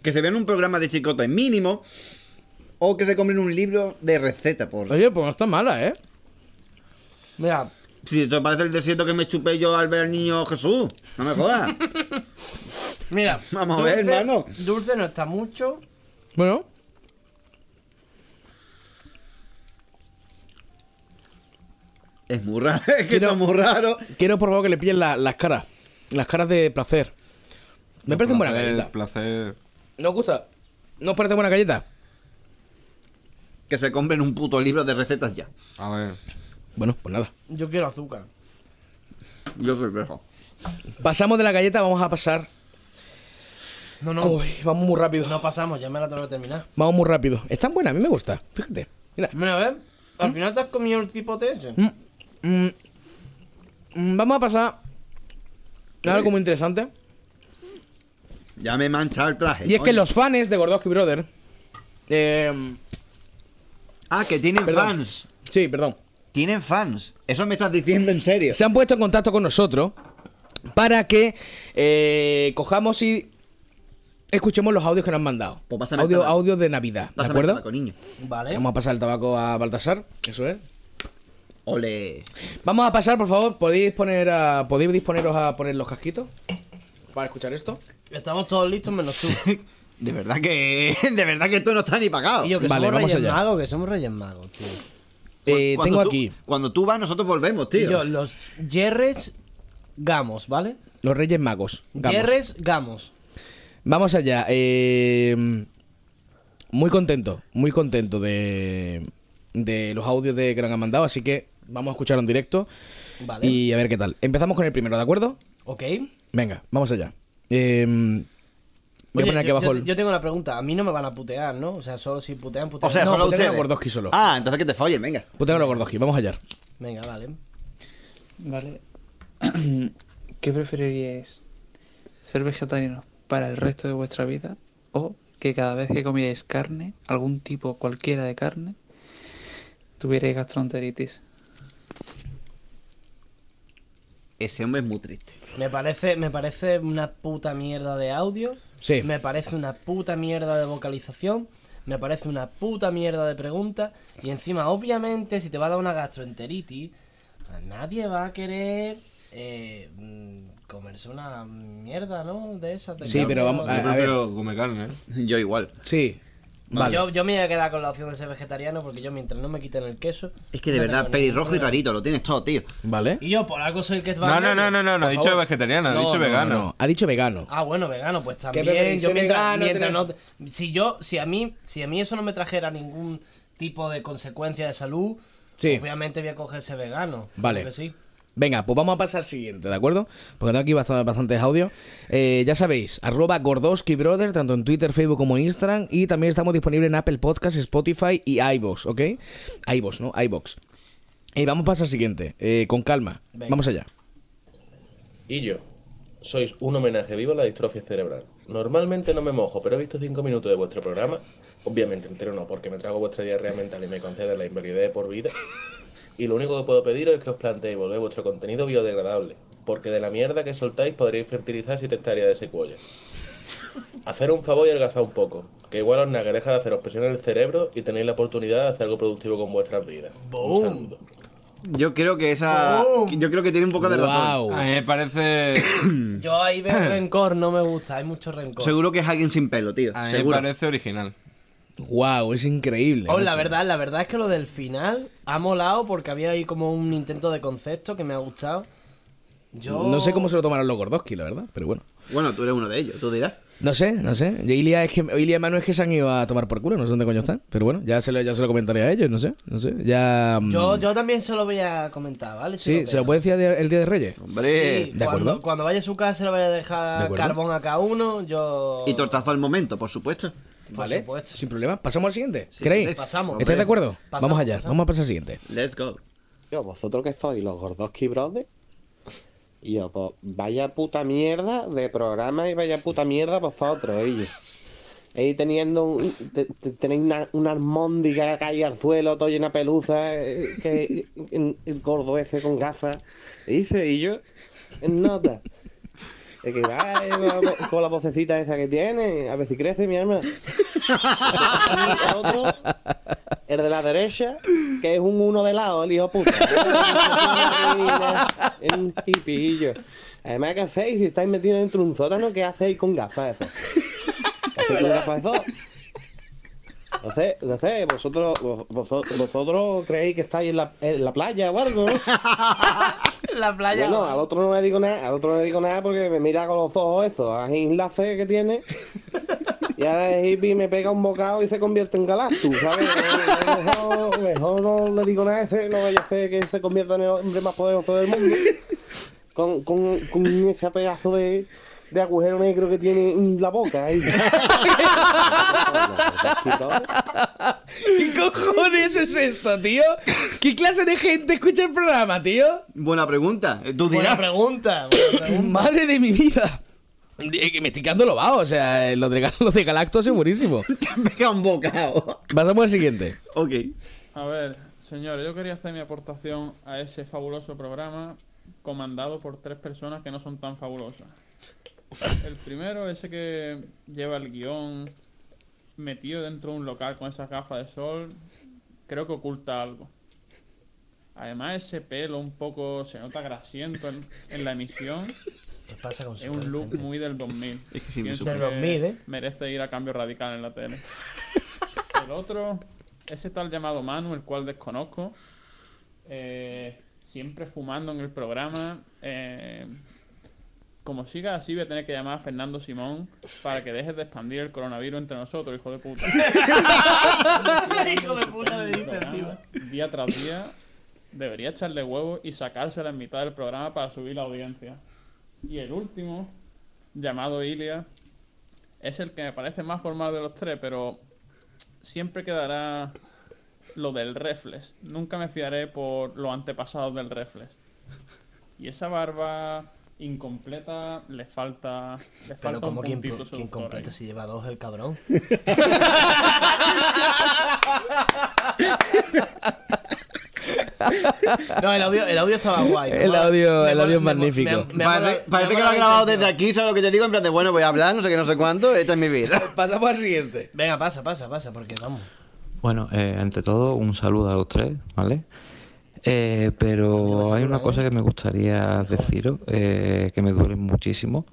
C: que se vean un programa de chicote mínimo o que se compren un libro de receta, por
B: Oye, pues no está mala, ¿eh?
D: Mira,
C: Si te parece el desierto que me chupé yo al ver al niño Jesús, no me
B: *laughs*
C: jodas.
D: mira.
C: Vamos a ver, hermano.
D: Dulce no está mucho.
B: Bueno.
C: es muy raro, *laughs* es que está muy raro.
B: Quiero por favor que le pillen la- las caras. Las caras de placer. Me parece buena galleta.
E: eh, placer.
B: ¿No os gusta? ¿No os parece buena galleta?
C: Que se compren un puto libro de recetas ya.
E: A ver.
B: Bueno, pues nada.
D: Yo quiero azúcar.
C: Yo te dejo.
B: Pasamos de la galleta, vamos a pasar.
D: No, no.
B: Uy, vamos muy rápido.
D: No pasamos, ya me la tengo que terminar.
B: Vamos muy rápido. Están buenas, a mí me gusta. Fíjate. Mira.
D: Mira, a ver. Al final te has comido el cipote ese.
B: Mm, mm, mm, vamos a pasar a algo muy interesante.
C: Ya me mancha el traje.
B: Y es que
C: coño.
B: los fans de Gordowski Brother. eh,
C: Ah, que tienen
B: Perdón.
C: fans.
B: sí, perdón.
C: Tienen fans. Eso me estás diciendo en serio.
B: Se han puesto en contacto con nosotros para que eh, cojamos y escuchemos los audios que nos han mandado.
C: Pues pásame el
B: Audio,
C: tabaco.
B: audios de Navidad, ¿de
C: Pásame el
B: acuerdo?
C: tabaco, niño.
D: Vale.
B: Vamos a pasar el tabaco a Baltasar, eso es.
C: Ole.
B: Vamos a pasar, por favor, podéis poner a, podéis disponeros a poner los casquitos para escuchar esto.
D: Estamos todos listos menos tú.
C: *laughs* De verdad que. *laughs* De verdad que esto no está ni pagado.
D: Y yo, que
B: Vale,
D: somos
B: vamos
D: reyes
B: allá.
D: magos, que somos reyes magos, tío.
B: Eh,
C: Cuando
B: tengo
C: tú-
B: aquí
C: Cuando tú vas, nosotros volvemos,
D: Y
C: tío.
D: yo, los Jerres Gamos, ¿vale?
B: los Reyes Magos. Gamos.
D: Jerres Gamos.
B: Vamos allá. eh, muy contento, muy contento de, de los audios de que nos han mandado, así que vamos a escucharlo en directo
D: Vale.
B: y a ver qué tal. Empezamos con el primero, ¿de acuerdo?
D: Ok.
B: Venga, vamos allá. Eh, voy a
D: Oye,
B: poner aquí
D: yo,
B: abajo
D: yo-
B: el...
D: yo tengo una pregunta. A mí no me van a putear, ¿no? O sea, solo si putean, putean.
C: o sea,
D: No,
C: solo
B: putean a
C: ustedes.
B: Gordoski solo.
C: Ah, entonces que te follen, venga.
B: Puteo los gordos aquí, vamos allá.
D: Venga, vale.
J: Vale. *clears throat* ¿Qué preferiríais? *clears throat* ¿Ser vegetariano para el resto de vuestra vida? ¿O que cada vez que comierais carne, algún tipo cualquiera de carne, tuvierais gastroenteritis?
C: Ese hombre es muy triste.
D: Me parece, me parece una puta mierda de audio.
B: Sí.
D: Me parece una puta mierda de vocalización. Me parece una puta mierda de pregunta. Y encima, obviamente, si te va a dar una gastroenteritis, Nadie va a querer eh, mm, comerse una mierda, ¿no? De esas. de
B: Sí, pero
D: campo.
B: vamos- a- a
E: Yo prefiero comer carne, ¿eh?
C: Yo igual.
B: Sí. Vale.
D: Yo, yo me voy a quedar con la opción de ser vegetariano porque yo mientras no me quiten el queso.
C: Es que de
D: no
C: verdad,
D: tengo ningún
C: pelirrojo y
D: problema.
C: rarito, lo tienes todo, tío.
B: Vale.
D: Y yo por algo soy el que va
E: No, no,
D: medio.
E: no, no, no, no, he dicho vegetariano, he dicho vegano.
B: no. Ha dicho vegano.
D: Ah, bueno, vegano, pues también.
B: preferís,
D: Yo
B: ser
D: mientras,
B: vegano,
D: mientras no,
B: tener-
D: si yo, si a mí, si a mí eso no me trajera ningún tipo de consecuencia de salud,
B: Sí.
D: obviamente voy a cogerse vegano.
B: Vale.
D: Porque sí.
B: Venga, pues vamos a pasar al siguiente, ¿de acuerdo? Porque tengo aquí bastante, bastantes audios. Eh, ya sabéis, arroba Gordoski Brother, tanto en Twitter, Facebook como Instagram. Y también estamos disponibles en Apple Podcasts, Spotify y iVoox, ¿ok? iVoox, ¿no? iVoox. Y vamos a pasar al siguiente, eh, con calma.
D: Venga.
B: Vamos allá.
K: Y yo. Sois un homenaje vivo a la distrofia cerebral. Normalmente no me mojo, pero he visto 5 minutos de vuestro programa. Obviamente entero no, porque me trago vuestra diarrea mental y me concede la invalidez de por vida. Y lo único que puedo pediros es que os planteéis volver vuestro contenido biodegradable, porque de la mierda que soltáis podréis fertilizar 7 hectáreas de secuoya. Hacer un favor y adelgazar un poco, que igual os naga deja de haceros presión en el cerebro y tenéis la oportunidad de hacer algo productivo con vuestras vidas. Un saludo.
C: Yo creo que esa. Yo creo que tiene un poco de razón.
B: Guau.
E: A mí
C: *coughs*
E: me parece.
D: Yo ahí
B: *clears throat*
D: veo rencor, no me gusta, hay mucho rencor.
C: Seguro que es alguien sin pelo, tío.
E: A mí me
C: Seguro.
E: parece original.
B: Wow, es increíble.
D: Oh, la
B: macho.
D: verdad, la verdad es que lo del final ha molado porque había ahí como un intento de concepto que me ha gustado. Yo
B: No sé cómo se lo tomaron los Gordoski, la verdad, pero bueno.
C: Bueno, tú eres uno de ellos, tú dirás.
B: No sé, no sé. Yo, Ilia, es que, Ilia y Manu es que se han ido a tomar por culo, no sé dónde coño están. Pero bueno, ya se lo, ya se lo comentaré a ellos, no sé, no sé. Ya... mm,
D: Yo, yo también se lo voy a comentar, ¿vale?
B: Sí, ¿se
D: veo.
B: lo puede decir el Día de Reyes?
C: Hombre,
D: Sí, cuando,
B: ¿de acuerdo?
D: cuando vaya a su casa se lo vaya a
B: ¿De
D: dejar
B: acuerdo?
D: carbón a cada uno. Yo.
C: Y tortazo al momento, por supuesto.
D: Oh. Por
B: Vale,
D: supuesto.
B: sin problema. ¿Pasamos al siguiente?
D: Sí,
B: ¿Queréis?
D: pasamos.
B: ¿Estáis de acuerdo?
D: Pasamos,
B: vamos allá,
D: pasamos.
B: vamos a pasar al siguiente.
C: Let's go.
K: Yo, vosotros que sois los Gordoski Brothers. Y yo, pues, vaya puta mierda de programa y vaya puta mierda vosotros, ellos. Ahí teniendo un, te- te- tenéis una, una almóndiga que cae al suelo, todo llena de pelusa, eh, que el, el gordo ese con gafas. Y dice, y yo, en nota. Es que va eh, con la vo- con la vocecita esa que tiene, a ver si crece mi alma. Y otro, el de la derecha, que es un uno de lado, el hijo puta. Un hipillo. Además, ¿qué hacéis si estáis metidos dentro de un sótano? ¿Qué hacéis con gafas esas? ¿Qué hacéis con gafas esas? No sé, no sé, vosotros, vos- vos- vosotros creéis que estáis en la, en la playa o algo, ¿no?
D: La playa.
K: Bueno, al otro no le digo nada, al otro no le digo nada porque me mira con los ojos esos, a enlace que tiene. Y ahora el hippie me pega un bocado y se convierte en Galactus, ¿sabes? Eh, Mejor, mejor no le digo nada a ese, no vaya a ser que se convierta en el hombre más poderoso del mundo. Con, con, con ese pedazo de, de agujero negro que tiene en la boca ahí.
B: *laughs* ¿Qué cojones es esto, tío? ¿Qué clase de gente escucha el programa, tío?
C: Buena pregunta. Eh, Tú
D: Buena
C: dirás.
D: pregunta. buena pregunta.
B: Madre de mi vida. Eh, que Me estoy quedando lo o sea, eh, lo de, lo de Galactos es
C: *laughs*
B: buenísimo.
C: Te han pegado un bocado.
B: Pasamos al siguiente.
C: Ok.
L: A ver, señores, yo quería hacer mi aportación a ese fabuloso programa comandado por tres personas que no son tan fabulosas. El primero, ese que lleva el guión metido dentro de un local con esas gafas de sol, creo que oculta algo. Además, ese pelo un poco se nota grasiento en, en la emisión.
D: ¿Qué pasa con
L: Es
D: su
L: un look
D: gente?
L: muy del 2000.
C: Es que sí, me
L: Pienso
D: suena. Del 2000, ¿eh?
L: Merece ir a cambio radical en la tele. El otro, ese tal llamado Manu, el cual desconozco, eh, siempre fumando en el programa. eh, como siga así, voy a tener que llamar a Fernando Simón para que dejes de expandir el coronavirus entre nosotros, hijo de puta.
D: Hijo de puta, le dice encima.
L: Día tras día, debería echarle huevos y sacársela en mitad del programa para subir la audiencia. Y el último, llamado Ilia, es el que me parece más formal de los tres, pero siempre quedará lo del reflex. Nunca me fiaré por los antepasados del reflex. Y esa barba incompleta le falta le
D: Pero
L: falta un
D: como quien,
L: puntito
D: quien
L: seductor ahí.
D: completa si lleva dos el
B: *laughs*
D: cabrón. no, el audio, el audio estaba guay. me
B: El
D: mola-
B: audio-
D: me
B: el
D: mola-
B: audio es
D: me mo-
B: magnífico.
D: me- me mola-
C: Parece,
D: me
C: parece que
D: mola
C: lo ha
D: la
C: grabado
D: intención.
C: desde aquí, ¿sabes lo que te digo? En plan de, bueno, voy a hablar, no sé qué, no sé cuánto, esta es
D: *laughs*
C: mi vida.
B: Pasamos al siguiente.
D: Venga, pasa, pasa, pasa, porque vamos.
J: Bueno, eh, ante todo, un saludo a los tres, ¿vale? Eh, pero hay una cosa que me gustaría deciros, eh, que me duele muchísimo.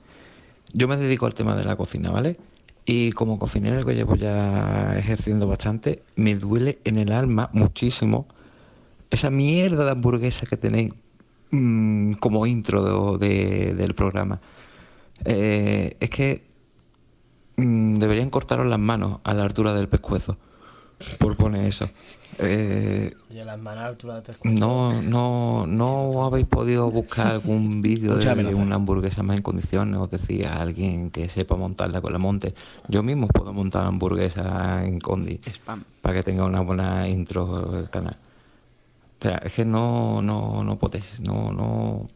J: Yo me dedico al tema de la cocina, ¿vale? Y como cocinero que llevo ya ejerciendo bastante, me duele en el alma muchísimo esa mierda de hamburguesa que tenéis mm, como intro de- de- del programa. Eh, es que mm, deberían cortaros las manos a la altura del pescuezo por poner eso. Eh,
D: Oye, las manos a la altura este del pescuezo.
J: no, no, no habéis podido buscar
D: *laughs*
J: algún vídeo
D: Mucha
J: de
D: amenaza.
J: una hamburguesa más en condiciones, os decía alguien que sepa montarla con la monte. Yo mismo puedo montar hamburguesa en condi para que tenga una buena intro el canal. Pero es que no, no, no podéis, no, no.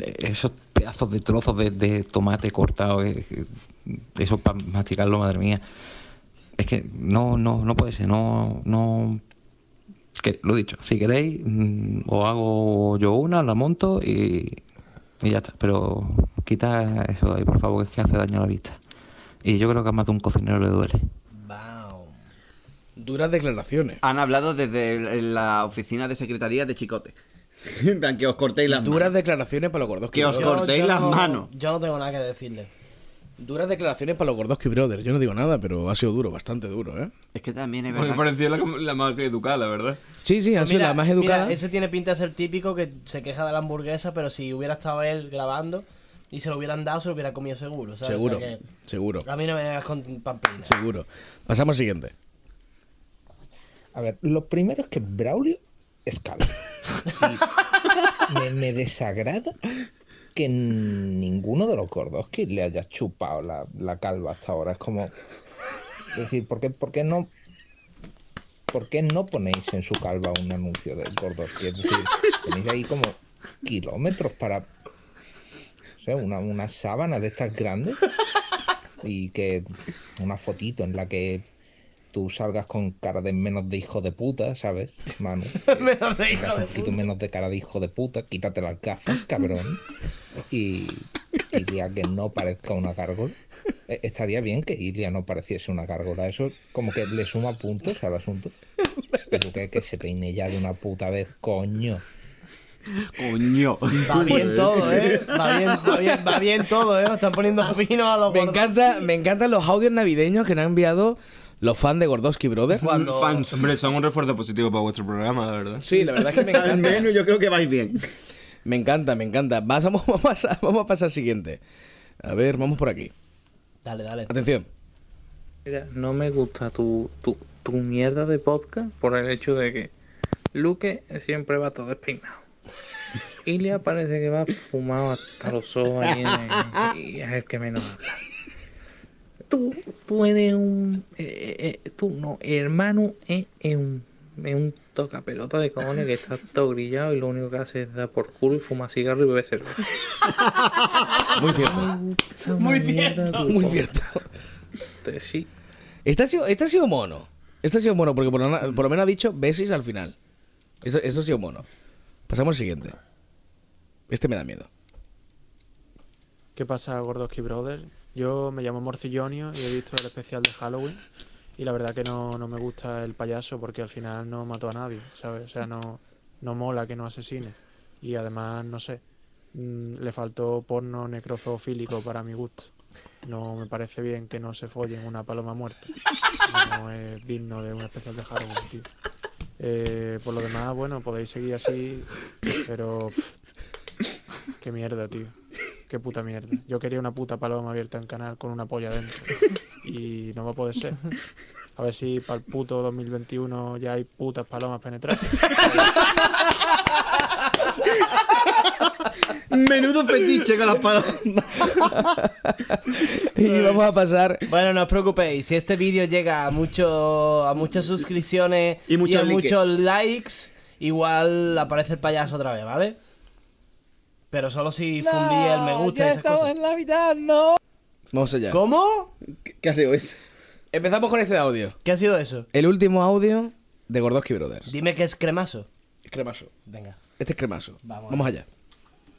J: Eh, Esos pedazos de trozos de, de tomate cortado, eh, eh, eso para masticarlo, madre mía. Es que no, no, no puede ser, no, no que lo dicho, si queréis, mm, os hago yo una, la monto y, y ya está. Pero quita eso de ahí, por favor, que es que hace daño a la vista. Y yo creo que a más de un cocinero le duele.
B: Duras declaraciones.
C: Han hablado desde el- la oficina de secretaría de Chicote. *laughs* En plan, que os cortéis las
B: Duras
C: manos.
B: declaraciones para los gordos.
C: Que os cortéis las manos.
D: Yo no tengo nada que decirle.
B: Duras declaraciones para los Gordoski Brothers. Yo no digo nada, pero ha sido duro, bastante duro, ¿eh?
C: Es que también es
E: Porque parecía la, la más que educada, la verdad.
B: Sí, sí, ha sido la más educada.
D: Pues Mira, ese tiene pinta de ser típico que se queja de la hamburguesa, pero si hubiera estado él grabando y se lo hubieran dado, se lo hubiera comido seguro, ¿sabes? O sea
B: Seguro,
D: que
B: seguro,
D: a mí no me hagas con *laughs* pamplina.
B: seguro. Pasamos al siguiente.
M: A ver, lo primero es que Braulio es calvo. Y me, me desagrada que ninguno de los gordos que le haya chupado la, la calva hasta ahora. Es como. Es decir, ¿por qué, por qué no.? ¿Por qué no ponéis en su calva un anuncio de gordos? Es decir, tenéis ahí como kilómetros para. No sé, una, una sábana de estas grandes. Y que. Una fotito en la que tú salgas con cara de menos de hijo de puta, ¿sabes? Manu.
D: menos de hijo
M: de puta. menos de cara de hijo de puta, quítate las gafas, cabrón. Y diría que no parezca una gárgola. Eh, Estaría bien que Ilia no pareciese una gárgola. Eso como que le suma puntos al asunto. Pero que, que se peine ya de una puta vez, coño.
C: Coño.
D: Va bien todo, ¿eh? Va bien, va bien, va bien todo, ¿eh? Os están poniendo fino a los
B: Me,
D: gordos.
B: encanta, me encantan los audios navideños que nos han enviado los fans de Gordoski Brothers.
C: Mm,
E: Hombre, son un refuerzo positivo para vuestro programa, la verdad.
B: Sí, la verdad es que me encanta.
E: Al menos
C: yo creo que vais bien.
B: Me encanta, me encanta. Vas a- *laughs* vamos, a pasar, vamos a pasar al siguiente. A ver, vamos por aquí.
D: Dale, dale.
B: Atención.
J: Mira, no me gusta tu, tu, tu mierda de podcast por el hecho de que Luque siempre va todo despeinado. Ilia parece que va fumado hasta los ojos ahí en- y es el que menos habla. Tú, tú eres un... eh, eh, tú no, hermano es es un, es un tocapelota de cojones que está todo grillado y lo único que hace es dar por culo y fumar cigarro y beber cerveza.
B: Muy cierto.
J: Muy cierto.
B: Muy cierto. Este ha sido, este ha sido mono. Este ha sido mono porque por lo, na- por lo menos ha dicho besis al final. Eso, eso ha sido mono. Pasamos al siguiente. Este me da miedo.
N: ¿Qué pasa, Gordoski Brothers? Yo me llamo Morcillonio y he visto el especial de Halloween. Y la verdad que no, no me gusta el payaso porque al final no mató a nadie, ¿sabes? O sea, no, no mola que no asesine. Y además, no sé, mm, le faltó porno necrozofílico para mi gusto. No me parece bien que no se follen una paloma muerta. No es digno de un especial de Halloween, tío. Eh, por lo demás, bueno, podéis seguir así, pero... pff, qué mierda, tío. Qué puta mierda. Yo quería una puta paloma abierta en canal con una polla dentro. Y no va a poder ser. A ver si para el puto 2021 ya hay putas palomas penetrantes.
C: Menudo fetiche con las palomas.
B: *laughs* Y vamos a pasar.
D: Bueno, no os preocupéis. Si este vídeo llega a, mucho, a muchas suscripciones y,
C: muchos
D: a
C: likes.
D: muchos likes, igual aparece el payaso otra vez, ¿vale? Pero solo si fundí el me gusta y esas cosas.
F: en la mitad, no.
B: Vamos allá.
D: ¿Cómo?
C: ¿Qué ha sido eso?
B: Empezamos con este audio.
D: ¿Qué ha sido eso?
B: El último audio de Gordoski Brothers.
D: Dime que es cremazo.
B: Cremazo.
D: Venga.
B: Este es cremazo.
D: Vamos.
B: Vamos allá.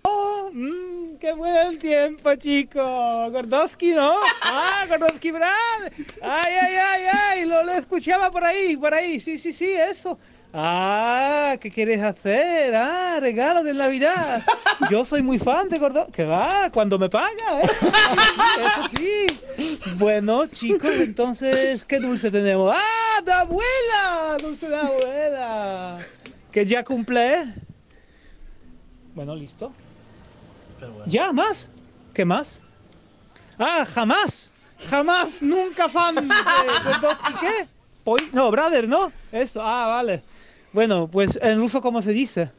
I: Oh,
F: Mm, ¡Qué buen tiempo, chico! Gordowski, ¿no? ¡Ah, Gordowski Brad! ¡Ay, ay, ay, ay! ¡Lo le
I: escuchaba por ahí, por ahí, sí, sí, sí, eso. Ah, ¿qué quieres hacer? Ah, regalo de Navidad. Yo soy muy fan de Gordo. Que va, cuando me paga, ¿eh? Eso sí. Bueno, chicos, entonces, ¿qué dulce tenemos? ¡Ah, de abuela! Dulce de abuela. Que ya cumple. ¿eh? Bueno, listo. ¿Ya? ¿Más? ¿Qué más? Ah, jamás. Jamás, nunca fan de Gordowski. ¿Qué? Poi- no, brother, ¿no? Eso, ah, vale. Bueno, pues en ruso, ¿cómo se dice?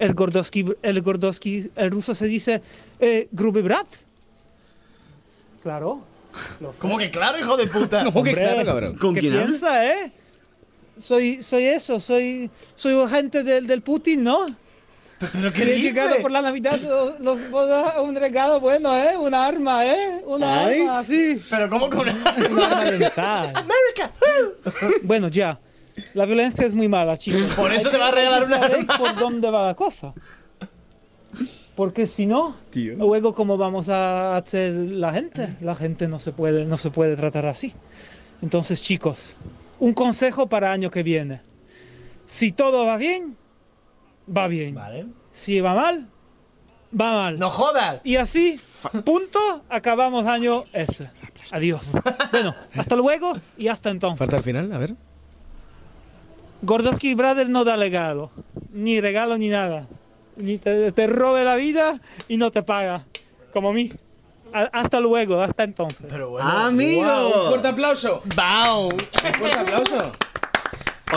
I: El Gordowski, el Gordowski, el ruso se dice eh, Gruby Brat. Claro.
D: ¿Cómo que claro, hijo de
B: *laughs*
D: puta?
I: Hombre, ¿Qué piensa, eh? Soy, soy eso, soy, soy agente del, del Putin, ¿no?
D: ¿Pero qué
I: Y he
D: dice?
I: llegado por la Navidad los, los- los- un regalo bueno, ¿eh? Un arma, ¿eh? Una
D: Ay.
I: arma, sí.
D: ¿Pero cómo
B: *laughs*
D: que una
I: arma *laughs* dental?
D: ¡América!
I: bueno, ya. La violencia es muy mala, chicos.
D: Por eso te va a regalar
I: una
D: una
I: arma. por dónde va la cosa. Porque si no,
O: Tío.
I: luego cómo vamos a hacer la gente. La gente no se puede, no se puede tratar así. Entonces, chicos, un consejo para año que viene. Si todo va bien, va bien. Si va mal, va mal. No
D: jodas.
I: Y así, punto, acabamos año ese. Adiós. Bueno, hasta luego y hasta entonces.
O: Falta al final, a ver.
I: Gordowski Brother no da regalo. Ni regalo ni nada. Ni te, te robe la vida y no te paga. Como a mí. A- hasta luego, hasta entonces.
D: Pero
B: Guau, un Ah, fuerte aplauso.
D: ¡Wow!
B: Un fuerte aplauso.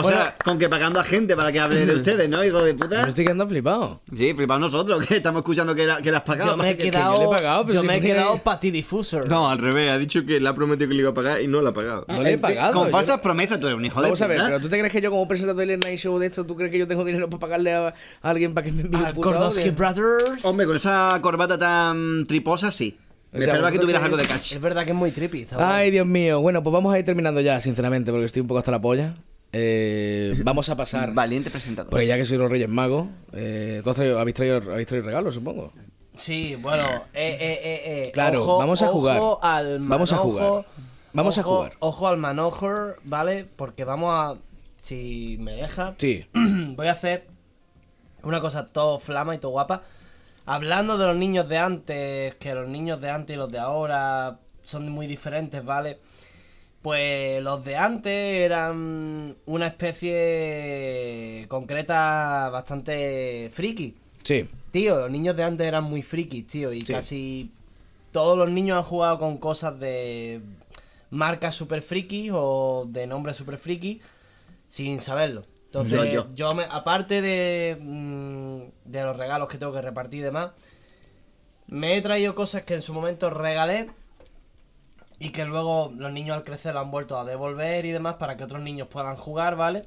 C: O sea, con que pagando a gente para que
G: *laughs*
C: hable de ustedes, ¿no, hijo de puta? Me
O: estoy quedando flipado.
C: Sí, flipado nosotros, que estamos escuchando que, la- *laughs* que las pagamos.
O: Yo me he quedado- yo me he quedado patidifusor.
G: No, al revés, ha dicho que le ha prometido que le iba a pagar y no le ha pagado.
O: No le he pagado,
C: Eh, Con
O: yo-
C: falsas promesas, tú eres un hijo de
O: Vamos
C: puta.
O: a ver, pero tú te crees que yo como presentador del Night Show de esto, ¿tú crees que yo tengo dinero para pagarle a, a alguien para que me envíe un puto audio?
D: Brothers.
C: Hombre, con esa corbata tan triposa, sí.
O: O
C: Me
O: sea,
C: esperaba que
O: vosotros
C: tuvieras algo de
O: creéis-
C: cash.
D: Es verdad que es muy trippy. está guay.
O: Ay, Dios mío. Bueno, pues vamos a ir terminando ya, sinceramente, porque estoy un poco hasta la polla. Eh, vamos a pasar.
C: *laughs* Valiente presentador.
O: Porque ya que soy los Reyes Magos, eh, ¿tú has traído- habéis, traído, habéis traído regalos, supongo.
D: Sí, bueno, eh, eh, eh, eh.
O: Claro,
D: ojo-
O: vamos a jugar.
D: Ojo al manojo,
O: Vamos a jugar. Vamos a
D: ojo-
O: jugar.
D: Ojo al manojo, ¿vale? Porque vamos a. Si me deja.
O: Sí.
D: *clears throat* voy a hacer una cosa todo flama y todo guapa. Hablando de los niños de antes, que los niños de antes y los de ahora son muy diferentes, ¿vale? Pues los de antes eran una especie concreta bastante friki.
O: Sí.
D: Tío, los niños de antes eran muy frikis, tío, y casi todos los niños han jugado con cosas de marcas super frikis o de nombres super frikis sin saberlo. Entonces, yo,
C: Yo, yo.
D: me- aparte de, mm, de los regalos que tengo que repartir y demás, me he traído cosas que en su momento regalé y que luego los niños al crecer lo han vuelto a devolver y demás para que otros niños puedan jugar, ¿vale?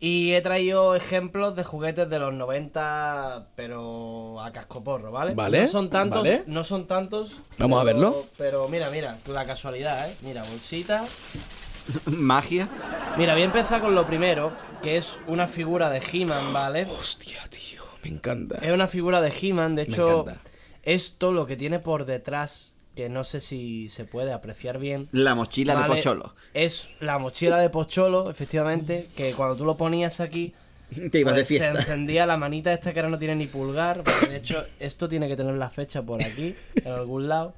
D: Y he traído ejemplos de juguetes de los 90, pero a cascoporro, ¿vale?
O: Vale,
D: No son tantos,
O: vale.
D: no son tantos.
O: Vamos a
D: pero-
O: verlo.
D: Pero mira, mira, la casualidad, ¿eh? Mira, bolsita.
C: *laughs* Magia.
D: Mira, voy a empezar con lo primero, que es una figura de He-Man, ¿vale? Hostia, tío,
O: me encanta.
D: Es una figura de He-Man, de
O: Me
D: hecho,
O: encanta.
D: esto lo que tiene por detrás, que no sé si se puede apreciar bien.
C: La mochila de
D: ¿vale?
C: Pocholo.
D: Es la mochila de Pocholo, efectivamente, que cuando tú lo ponías aquí,
C: *laughs* Te ibas de
D: pues,
C: fiesta.
D: Se encendía la manita esta que ahora no tiene ni pulgar. porque De hecho, esto tiene que tener la fecha por aquí, en algún lado.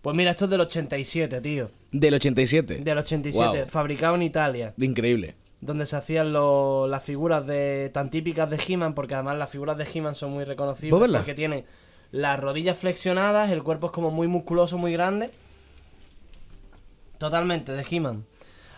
D: Pues mira, esto es del 87, tío.
O: Del 87.
D: Del 87,
O: Wow.
D: fabricado en Italia.
O: Increíble.
D: Donde se hacían lo- las figuras de tan típicas de He-Man, porque además las figuras de He-Man son muy reconocibles.
O: ¿Puedo verla?
D: Porque tienen las rodillas flexionadas, el cuerpo es como muy musculoso, muy grande. Totalmente, de He-Man.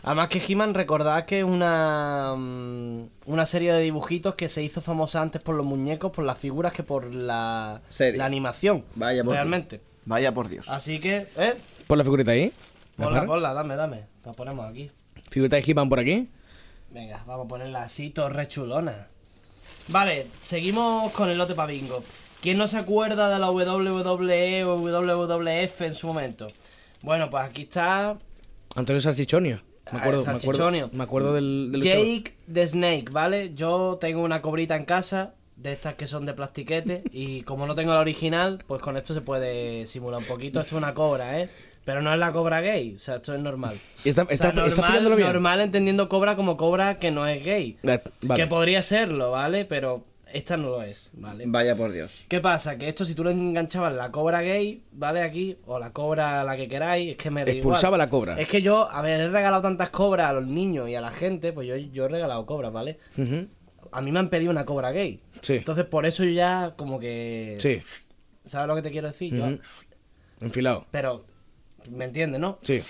D: Además que He-Man, recordad que es una, mm, una serie de dibujitos que se hizo famosa antes por los muñecos, por las figuras, que por la,
C: Serie.
D: la animación.
C: Vaya por
D: Realmente.
C: Dios. Vaya por Dios.
D: Así que, ¿eh?
O: Pon la figurita ahí. ¿La
D: Ponla,
O: para?
D: ponla, dame, dame. La ponemos aquí.
O: Figurita de He-Man por aquí.
D: Venga, vamos a ponerla así, torre chulona. Vale, seguimos con el lote para bingo. ¿Quién no se acuerda de la WWE o WWF en su momento? Bueno, pues aquí está
O: Antonio Salchichonio. Me
D: Ah,
O: acuerdo, me
D: Salchichonio.
O: acuerdo, me acuerdo del, del luchador.
D: Jake the Snake, ¿vale? Yo tengo una cobrita en casa, de estas que son
O: *laughs*
D: de plastiquete, y como no tengo la original, pues con esto se puede simular un poquito. Esto es una cobra, ¿eh? Pero no es la cobra gay, o sea, esto es normal.
B: Y está-
D: O sea,
B: está- está
D: normal,
B: pillándolo bien.
D: normal entendiendo cobra como cobra que no es gay.
B: Eh, vale.
D: Que podría serlo, ¿vale? Pero esta no lo es, ¿vale?
C: Vaya por Dios.
D: ¿Qué pasa? Que esto si tú le enganchabas la cobra gay, ¿vale? Aquí, o la cobra la que queráis, es que me da igual.
B: Expulsaba la cobra.
D: Es que yo, a ver, he regalado tantas cobras a los niños y a la gente, pues yo, yo he regalado cobras, ¿vale?
B: Ujú.
D: A mí me han pedido una cobra gay.
B: Sí.
D: Entonces por eso yo ya como que...
B: Sí.
D: ¿Sabes lo que te quiero decir? Yo-
B: Ujú. Enfilado.
D: Pero, ¿me entiendes, no?
B: Sí.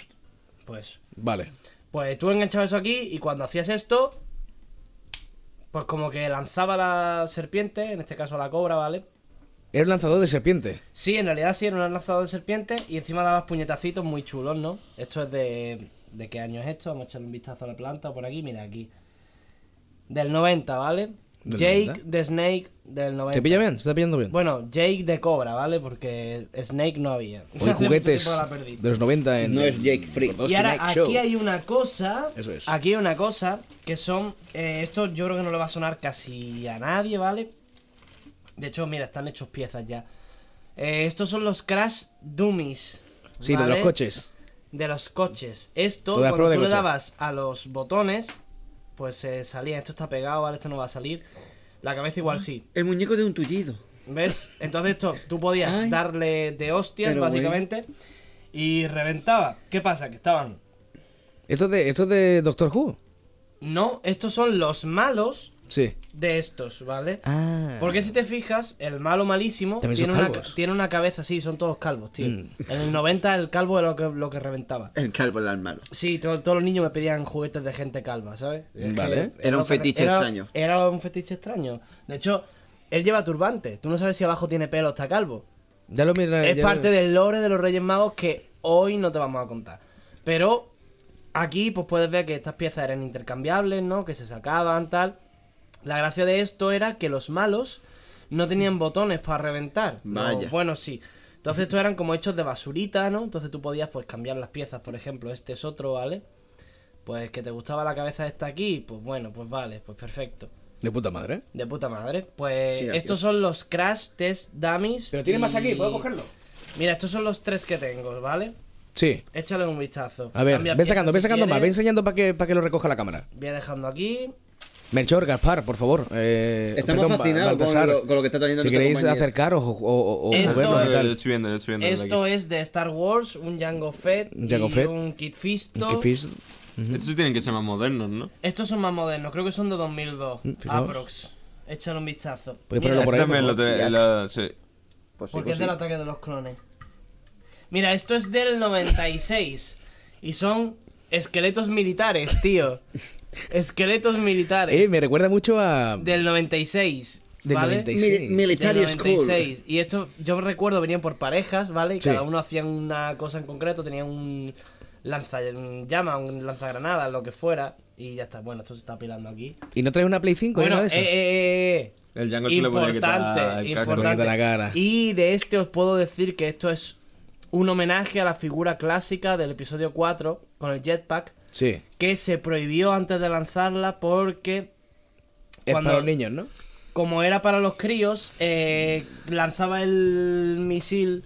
D: Pues,
B: Vale.
D: pues tú enganchabas eso aquí y cuando hacías esto, pues como que lanzaba la serpiente, en este caso la cobra, ¿vale?
B: Eres lanzador de serpiente.
D: Sí, en realidad sí, era un lanzador de serpiente y encima dabas puñetacitos muy chulos, ¿no? Esto es de... ¿De qué año es esto? Vamos a echarle un vistazo a la planta por aquí, mira aquí. Del 90, ¿vale?
B: ¿Del
D: Jake
B: 90?
D: the Snake del 90.
B: ¿Te pilla bien? ¿Se está pillando bien?
D: Bueno, Jake de Cobra, ¿vale? Porque Snake no había.
B: Hoy
D: *laughs* Hace mucho
B: juguetes
D: tiempo la perdí.
B: de los 90 en...
C: No es Jake Freak.
D: Y ahora aquí hay una cosa.
B: Eso es.
D: Aquí hay una cosa que son. eh, esto yo creo que no le va a sonar casi a nadie, ¿vale? De hecho, mira, están hechos piezas ya. Eh, estos son los Crash Dummies.
B: Sí, de
D: ¿vale?
B: los coches.
D: De los coches. Esto,
B: Todas las
D: cuando
B: pruebas de
D: tú le
B: coche.
D: dabas a los botones, pues eh, salía. Esto está pegado, ¿vale? Esto no va a salir. La cabeza igual sí.
C: Ah, El muñeco de un tullido.
D: ¿Ves? Entonces esto, tú podías
C: Ay.
D: darle de hostias,
C: Pero bueno.
D: básicamente, y reventaba. ¿Qué pasa? Que estaban...
B: ¿Esto es de, esto es de Doctor Who?
D: No, estos son los malos
B: Sí.
D: de estos, ¿vale?
B: Ah.
D: Porque si te fijas, el malo malísimo
B: También
D: tiene
B: son
D: una,
B: calvos.
D: tiene una cabeza, sí, son todos calvos, tío.
C: Mm.
D: En el 90 el calvo era lo que, lo que reventaba.
C: El calvo del malo.
D: Sí, to- todos los niños me pedían juguetes de gente calva, ¿sabes? Es
C: Vale.
D: que
C: Era un
D: lo que-
C: fetiche
D: era-
C: extraño.
D: Era un fetiche extraño. De hecho, él lleva turbante. Tú no sabes si abajo tiene pelo o está calvo.
B: Ya lo mira.
D: Es parte del lore de los Reyes Magos que hoy no te vamos a contar. Pero aquí pues puedes ver que estas piezas eran intercambiables, ¿no? Que se sacaban, tal. La gracia de esto era que los malos no tenían botones para reventar. No,
C: Vaya.
D: bueno, sí. Entonces estos eran como hechos de basurita, ¿no? Entonces tú podías pues cambiar las piezas, por ejemplo, este es otro, ¿vale? Pues que te gustaba la cabeza esta aquí, pues bueno, pues vale, pues perfecto.
B: De puta madre.
D: De puta madre. Pues
B: Qué gracioso.
D: estos son los Crash Test Dummies. Pero
B: tiene más aquí, ¿puedo cogerlo?
D: Mira, estos son los tres que tengo, ¿vale?
B: Sí.
D: Échale un vistazo.
B: A ver,
D: Cambia
B: ven sacando, ven
D: piezas si
B: sacando más, ven
D: quieres.
B: enseñando para que, para que lo recoja la cámara.
D: Voy dejando aquí.
B: Melchor, Gaspar, por favor. eh,
C: Estamos
B: perdón,
C: fascinados con
B: Baltasar.
C: lo- con lo que está trayendo
B: Si
C: nuestra
B: queréis
C: compañera.
B: acercaros o, o, o- o
D: Esto-
B: movernos y
D: Yo-
B: tal.
D: yo
E: estoy viendo, yo estoy viendo.
D: Esto es de Star Wars, un Jango Fett,
E: Un Jango
D: y
E: Fett,
D: un Kid Fisto.
E: Estos sí tienen que ser más modernos, ¿no?
D: Estos son más modernos, creo que son de 2002.
E: Mm, fijaos.
D: Aprox. Échale un vistazo.
E: Pues
D: Mira,
E: También lo te- lo- sí.
C: Pues
D: porque
B: pues
D: es del ataque de los clones. Mira, esto es del 96. Y son esqueletos militares,
B: *laughs*
D: tío. Esqueletos militares.
B: Eh, me recuerda mucho a.
D: Del 96.
B: Del
D: ¿vale?
B: 96. Mil- military
D: Del 96. Y esto, yo recuerdo, venían por parejas, ¿vale? Y
B: Sí.
D: cada uno hacía una cosa en concreto, tenía un lanza un llama, un lanzagranadas, lo que fuera. Y ya está. Bueno, esto se está apilando aquí.
B: ¿Y no traes una Play 5? ni
D: Bueno,
B: nada
D: eh,
B: de eso?
D: eh, eh, eh.
E: El Django se le podría quitar
D: Importante,
E: el caco.
D: importante.
B: Porque te la cara.
D: Y de este os puedo decir que esto es un homenaje a la figura clásica del episodio 4 con el jetpack
B: Sí.
D: que se prohibió antes de lanzarla porque
B: Es para los niños, ¿no?
D: como era para los críos, eh, lanzaba el misil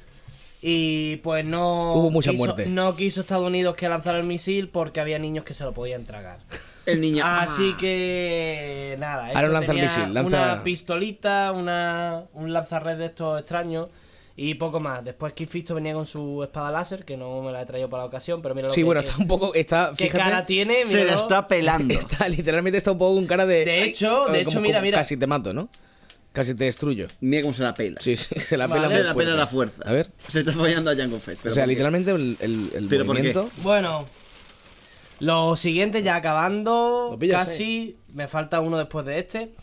D: y pues no
B: Hubo mucha
D: quiso,
B: muerte.
D: no quiso Estados Unidos que lanzara el misil porque había niños que se lo podían tragar.
C: El niño. ah.
D: Así que nada,
B: Ahora
D: esto
B: lanza el
D: tenía
B: misil, lanza-
D: una pistolita, una un lanzarred de estos extraños y poco más. Después Kifisto venía con su espada láser que no me la he traído para la ocasión, pero mira lo
B: Sí,
D: que-
B: bueno,
D: que-
B: está un poco. Está,
D: ¿Qué
B: fíjate,
D: cara tiene? Se la Míralo. está
C: pelando.
B: Está, literalmente está un poco con cara de.
D: De
B: ay,
D: hecho, de
B: como-
D: hecho,
B: como
D: mira, mira.
B: Casi te mato, ¿no? Casi te destruyo.
C: Mira cómo se la pela.
B: Sí, sí, se la
C: Vale.
B: pela.
C: Se
B: muy
C: la
B: fuerte.
C: pela la fuerza.
B: A ver.
C: Se está follando a Jango Fett.
B: O
C: pero
B: sea,
C: ¿por qué?
B: literalmente el, el, el
C: ¿Pero por qué?
B: movimiento.
D: Bueno, lo siguiente ya acabando,
B: Lo pillas, eh.
D: casi me falta uno después de este.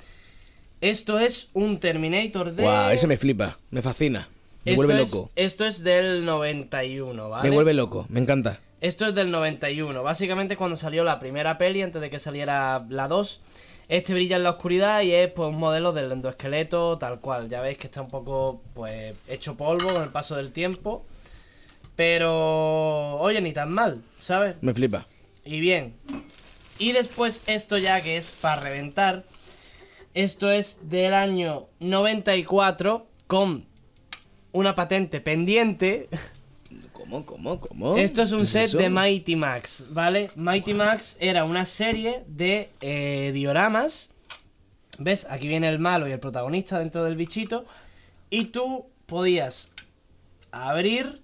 D: Esto es un Terminator de
B: Guau, ese me flipa. Me fascina. Me
D: esto
B: vuelve
D: es-
B: loco.
D: Esto es del 91, ¿vale?
B: Me vuelve loco. Me encanta.
D: Esto es del 91, básicamente cuando salió la primera peli, antes de que saliera la 2. Este brilla en la oscuridad y es pues un modelo del endoesqueleto tal cual. Ya veis que está un poco pues hecho polvo con el paso del tiempo. Pero oye, ni tan mal, ¿sabes?
B: Me flipa.
D: Y bien. Y después esto ya que es para reventar. Esto es del año 94 con una patente pendiente
P: ¿Cómo, cómo, cómo?
D: Esto es un
P: ¿Qué
D: set
P: eso?
D: de Mighty Max, ¿vale? Mighty Max era una serie de eh, dioramas. ¿Ves? Aquí viene el malo y el protagonista dentro del bichito. Y tú podías
C: *gasps*
D: abrir.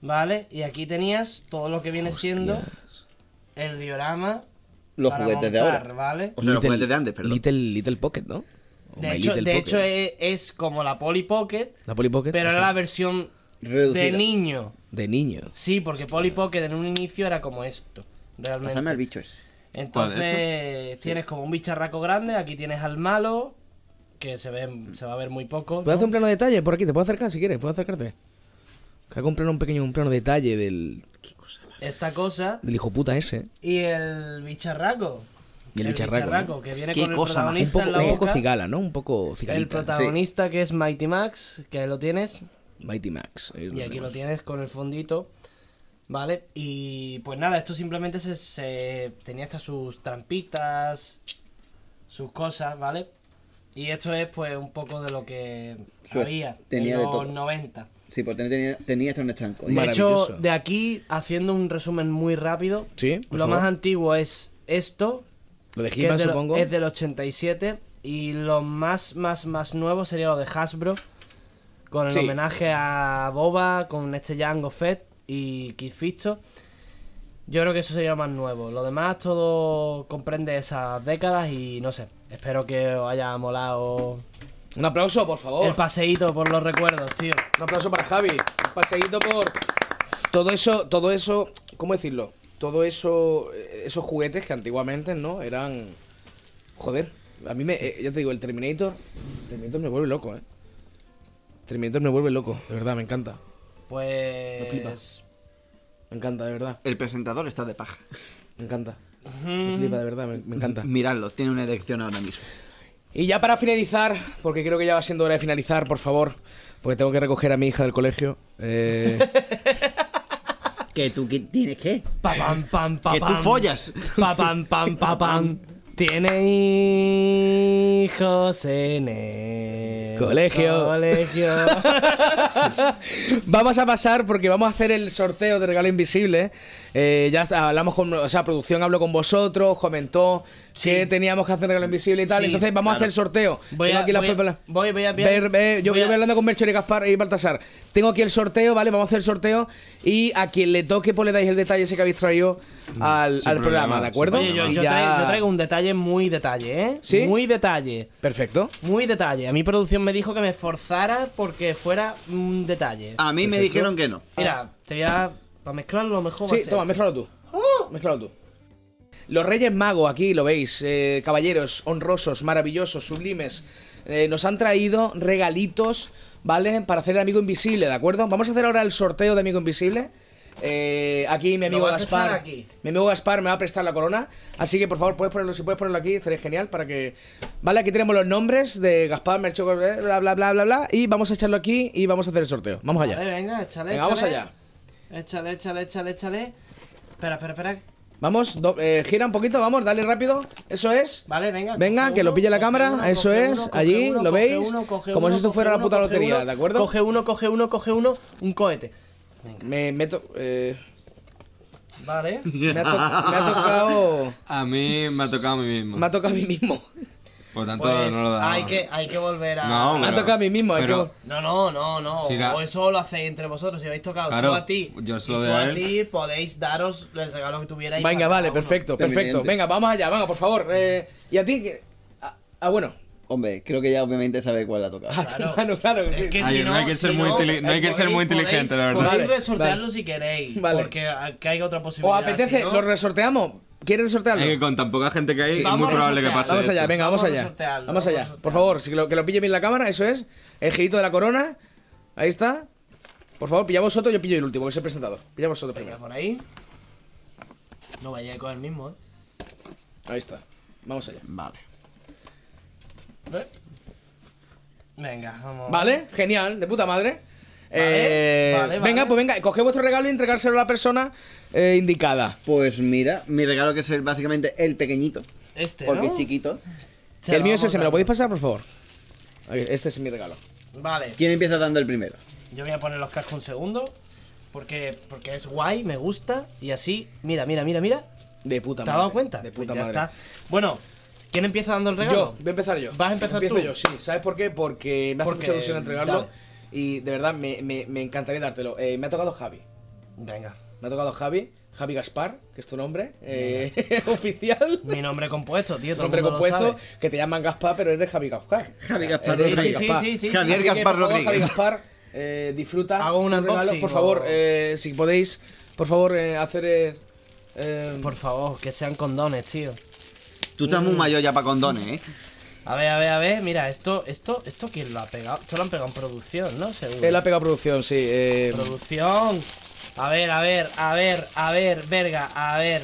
D: ¿Vale? Y aquí tenías todo lo que viene siendo el diorama.
C: Los
D: para
C: juguetes de
D: montar,
C: ahora.
D: ¿Vale?
C: O sea, los juguetes de antes, perdón.
B: Little, Little Pocket, ¿no? O
D: De
B: My
D: hecho,
B: Little
D: de
B: Pocket.
D: hecho es, es como la Polly Pocket,
B: La Polly Pocket.
D: pero
B: ajá.
D: era la versión de
B: Reducida.
D: niño.
B: De niño.
D: Sí, porque Polly Pocket en un inicio era como esto, realmente.
C: Pásame el bicho ese. ¿Cuál,
D: Entonces tienes como un bicharraco grande, aquí tienes al malo, que se ve se va a ver muy poco.
B: Voy a
D: ¿no?
B: hacer un plano de detalle por aquí, te puedo acercar si quieres, puedo acercarte. Que hago un plano, un pequeño, un plano de detalle del,
D: Esta cosa
B: del hijo puta ese.
D: y el bicharraco.
B: Y el, bicharraco. ¿no?
D: que viene con el protagonista
B: un
D: en
B: poco,
D: la
B: un poco
D: boca.
B: cigala, ¿no? Un poco cigalita.
D: el protagonista que es Mighty Max, que ahí lo tienes.
B: sí. Mighty Max. ahí
D: Y aquí
B: tenemos.
D: lo tienes con el fondito. Vale, y pues nada, esto simplemente se, se- tenía hasta sus trampitas, sus cosas, ¿vale? Y esto es pues un poco de lo que
C: Su-
D: había
C: tenía
D: en
C: de
D: los
C: todo.
D: 90.
C: Sí, pues tenía- tenía, tenía hasta un estanco.
D: De hecho, de aquí, haciendo un resumen muy rápido,
B: Sí,
D: lo
B: por
D: más
B: favor.
D: antiguo es esto,
B: Lo de
D: que
B: He-Man,
D: es, del-
B: supongo.
D: es del 87, y lo más, más, más nuevo sería lo de Hasbro, con el
B: Sí.
D: homenaje a Boba, con este Jango Fett y Kid Fisto. Yo creo que eso sería lo más nuevo. Lo demás todo comprende esas décadas y no sé. Espero que os haya molado
B: Un aplauso, por favor.
D: el paseíto por los recuerdos, tío.
B: Un aplauso para Javi. Un paseíto por. Todo eso, todo eso, ¿cómo decirlo? Todo eso, eh, esos juguetes que antiguamente, ¿no? Eran. Joder, a mí me. eh, ya te digo, el Terminator. Terminator me vuelve loco, ¿eh? Terminator me vuelve loco, de verdad, me encanta.
D: Pues...
B: Me flipa. Me encanta, de verdad.
C: El presentador está de paja.
B: Me encanta. Me flipa, de verdad, me, me encanta.
C: Miradlo, tiene una elección ahora mismo.
B: Y ya para finalizar, porque creo que ya va siendo hora de finalizar, por favor, porque tengo que recoger a mi hija del colegio. Eh.
C: *laughs* Que tú que tienes que.
D: Pa pam pam pa
C: Que tú
D: pam.
C: follas.
D: Pa pam pam
C: *laughs*
D: pa pam. Tiene hijos en el
B: Eh, Colegio.
D: colegio.
B: *laughs* Vamos a pasar porque vamos a hacer el sorteo de regalo invisible. Eh, ya está, hablamos con, o sea, producción habló con vosotros, comentó que teníamos que hacer regalo invisible y tal.
D: Sí,
B: Entonces vamos a
D: claro.
B: hacer el sorteo.
D: Voy
B: Tengo
D: a,
B: aquí las
D: voy, a-
B: pepas-
D: voy, voy a
B: Ver, ver, yo,
D: voy
B: yo voy
D: a-
B: hablando con Melchor y Gaspar y Baltasar. Tengo aquí el sorteo, ¿vale? Vamos a hacer el sorteo y a quien le toque, pues le dais el detalle ese que habéis traído al,
D: Mm, Sin
B: al programa,
D: problema,
B: ¿de acuerdo?
D: Oye, yo,
B: Y
D: yo
B: ya-
D: traigo, yo traigo un detalle muy detalle, ¿eh?
B: ¿Sí?
D: Muy detalle.
B: Perfecto.
D: Muy detalle. A mi producción me dijo que me esforzara porque fuera un detalle.
C: A mí me
D: Perfecto.
C: dijeron que no.
D: Mira, te voy a. Para mezclarlo mejor va a
B: Sí,
D: ser
B: toma,
D: esto.
B: mézclalo tú.
D: ¡Oh!
B: Mézclalo tú. Los Reyes Magos, aquí lo veis, eh, caballeros honrosos, maravillosos, sublimes, eh, nos han traído regalitos, ¿vale? Para hacer el amigo invisible, ¿de acuerdo? Vamos a hacer ahora el sorteo de amigo invisible. Eh, aquí mi
D: Lo
B: amigo
D: vas a
B: Gaspar.
D: echar aquí.
B: Mi amigo Gaspar me va a prestar la corona. Así que por favor, puedes ponerlo, si puedes ponerlo aquí, sería genial para que. Vale, aquí tenemos los nombres de Gaspar, Mercho, bla bla bla bla bla. Y vamos a echarlo aquí y vamos a hacer el sorteo. Vamos allá.
D: Vale, venga, échale,
B: Venga, vamos
D: échale.
B: allá.
D: Échale, échale, échale, échale. Espera, espera, espera.
B: Vamos, do- eh, gira un poquito, vamos, dale rápido. Eso es.
D: Vale, venga.
B: Venga,
D: coge
B: que lo
D: uno,
B: pille la
D: coge
B: cámara.
D: uno,
B: Eso
D: coge
B: es,
D: uno, coge
B: allí,
D: uno,
B: lo
D: coge
B: veis.
D: uno, coge
B: como si
D: uno,
B: esto fuera
D: coge
B: la puta
D: uno, coge
B: lotería,
D: uno,
B: ¿de acuerdo?
D: Coge uno, coge uno, coge uno, un cohete.
B: Me meto. eh,
D: Vale.
B: *laughs* me, ha to- me ha tocado.
E: A mí me ha tocado a mí mismo.
B: Me ha tocado a mí mismo.
E: Por tanto,
D: Pues
E: no lo da.
D: hay, que, hay que volver a.
E: No, Me ha pero- tocado a mí mismo, hay pero- que-
D: No, no, no, no.
E: Si la-
D: O eso lo hacéis entre vosotros. Si habéis tocado
E: Claro,
D: tú a ti.
E: yo se
D: y
E: lo doy
D: tú
E: a
D: a
E: él.
D: ti, podéis daros el regalo que tuvierais.
B: Venga,
D: para
B: vale,
D: cada uno.
B: perfecto, perfecto.
C: Terminante.
B: Venga, vamos allá, venga, por favor. eh, ¿Y a ti? qué? Ah, ah, bueno. Ah,
C: Hombre, creo que ya obviamente sabe cuál la toca.
B: Claro, claro. sí.
D: Que
E: Ay,
D: si
E: no hay que ser
D: si
E: muy inteli- no hay Ah, que ser muy
D: podéis-
E: inteligente, la
D: podéis-
E: verdad.
D: Podéis
E: Vale,
D: resortearlo
E: vale.
D: si queréis.
E: Vale.
D: Porque a- que haya otra
B: ¿Os
D: posibilidad.
B: apetece?
D: si no-
B: ¿Lo resorteamos? ¿Quieres resortearlo?
E: Hay que con tan poca gente que hay, es
B: Vamos
E: muy
B: a
E: probable que
B: sortear.
E: pase.
B: Vamos
E: eso.
B: allá, venga, vamos,
D: Vamos a
B: allá.
D: sortearlo,
B: vamos
D: vamos a
B: allá. Por favor, si que lo, que lo pille bien la cámara, eso es. El girito de la corona. Ahí está. Por favor, pillamos vosotros, yo pillo el último, que soy el presentador. Pillamos vosotros
D: Venga,
B: primero.
D: por ahí. No vaya a coger el mismo, ¿eh?
B: Ahí está. Vamos allá. Vale.
D: Venga, vamos.
B: Vale, genial, de puta madre.
D: Vale,
B: Eh,
D: vale,
B: venga,
D: vale.
B: pues venga, coged vuestro regalo y entregárselo a la persona eh, indicada.
C: Pues mira, mi regalo que es el- básicamente el pequeñito.
D: Este,
C: Porque
D: ¿no?
C: es chiquito.
B: el mío es ese, ¿me lo podéis pasar, por favor? Ahí, Este es mi regalo.
D: Vale,
C: ¿Quién empieza dando el primero?
D: yo voy a poner los cascos un segundo. Porque, porque es guay, me gusta. Y así, mira, mira, mira, mira.
B: De puta
D: ¿Te has
B: madre,
D: dado cuenta?
B: de
D: Pues
B: puta
D: ya
B: madre.
D: está. Bueno, ¿quién empieza dando el regalo?
B: Yo, voy a empezar yo.
D: Vas a empezar
B: Empiezo
D: tú.
B: yo, sí. ¿Sabes por qué? Porque me hace
D: Porque-
B: mucha ilusión entregarlo.
D: dale.
B: Y de verdad me, me- me encantaría dártelo. Eh, me ha tocado Javi.
D: Venga.
B: Me ha tocado Javi. Javi Gaspar, que es tu nombre eh, *laughs* oficial.
D: Mi nombre compuesto, tío.
B: Tu
D: Todo el
B: nombre
D: mundo lo
B: compuesto,
D: sabe.
B: que te llaman Gaspar, pero eres Javi Gaspar.
C: *laughs* Javi Gaspar
B: Eh, sí,
C: Rodríguez.
B: sí, sí, sí.
C: Javier
B: Así que,
C: Gaspar
B: por favor,
C: Rodríguez.
B: Javi Gaspar, eh, disfruta.
D: Hago un
B: tu regalo.
D: unboxing
B: Por favor,
D: o-
B: eh, si podéis, por favor, eh, hacer. eh, eh,
D: Por favor, que sean condones, tío.
C: Tú estás
D: Mm.
C: muy mayor ya para condones, ¿eh?
D: A ver, a ver, a ver. Mira, esto, esto, esto, ¿quién lo ha pegado? Esto lo han pegado en producción, ¿no? Seguro.
B: eh, Él ha pegado producción, sí. eh,
D: Producción. A ver, a ver, a ver, a ver, verga, a ver.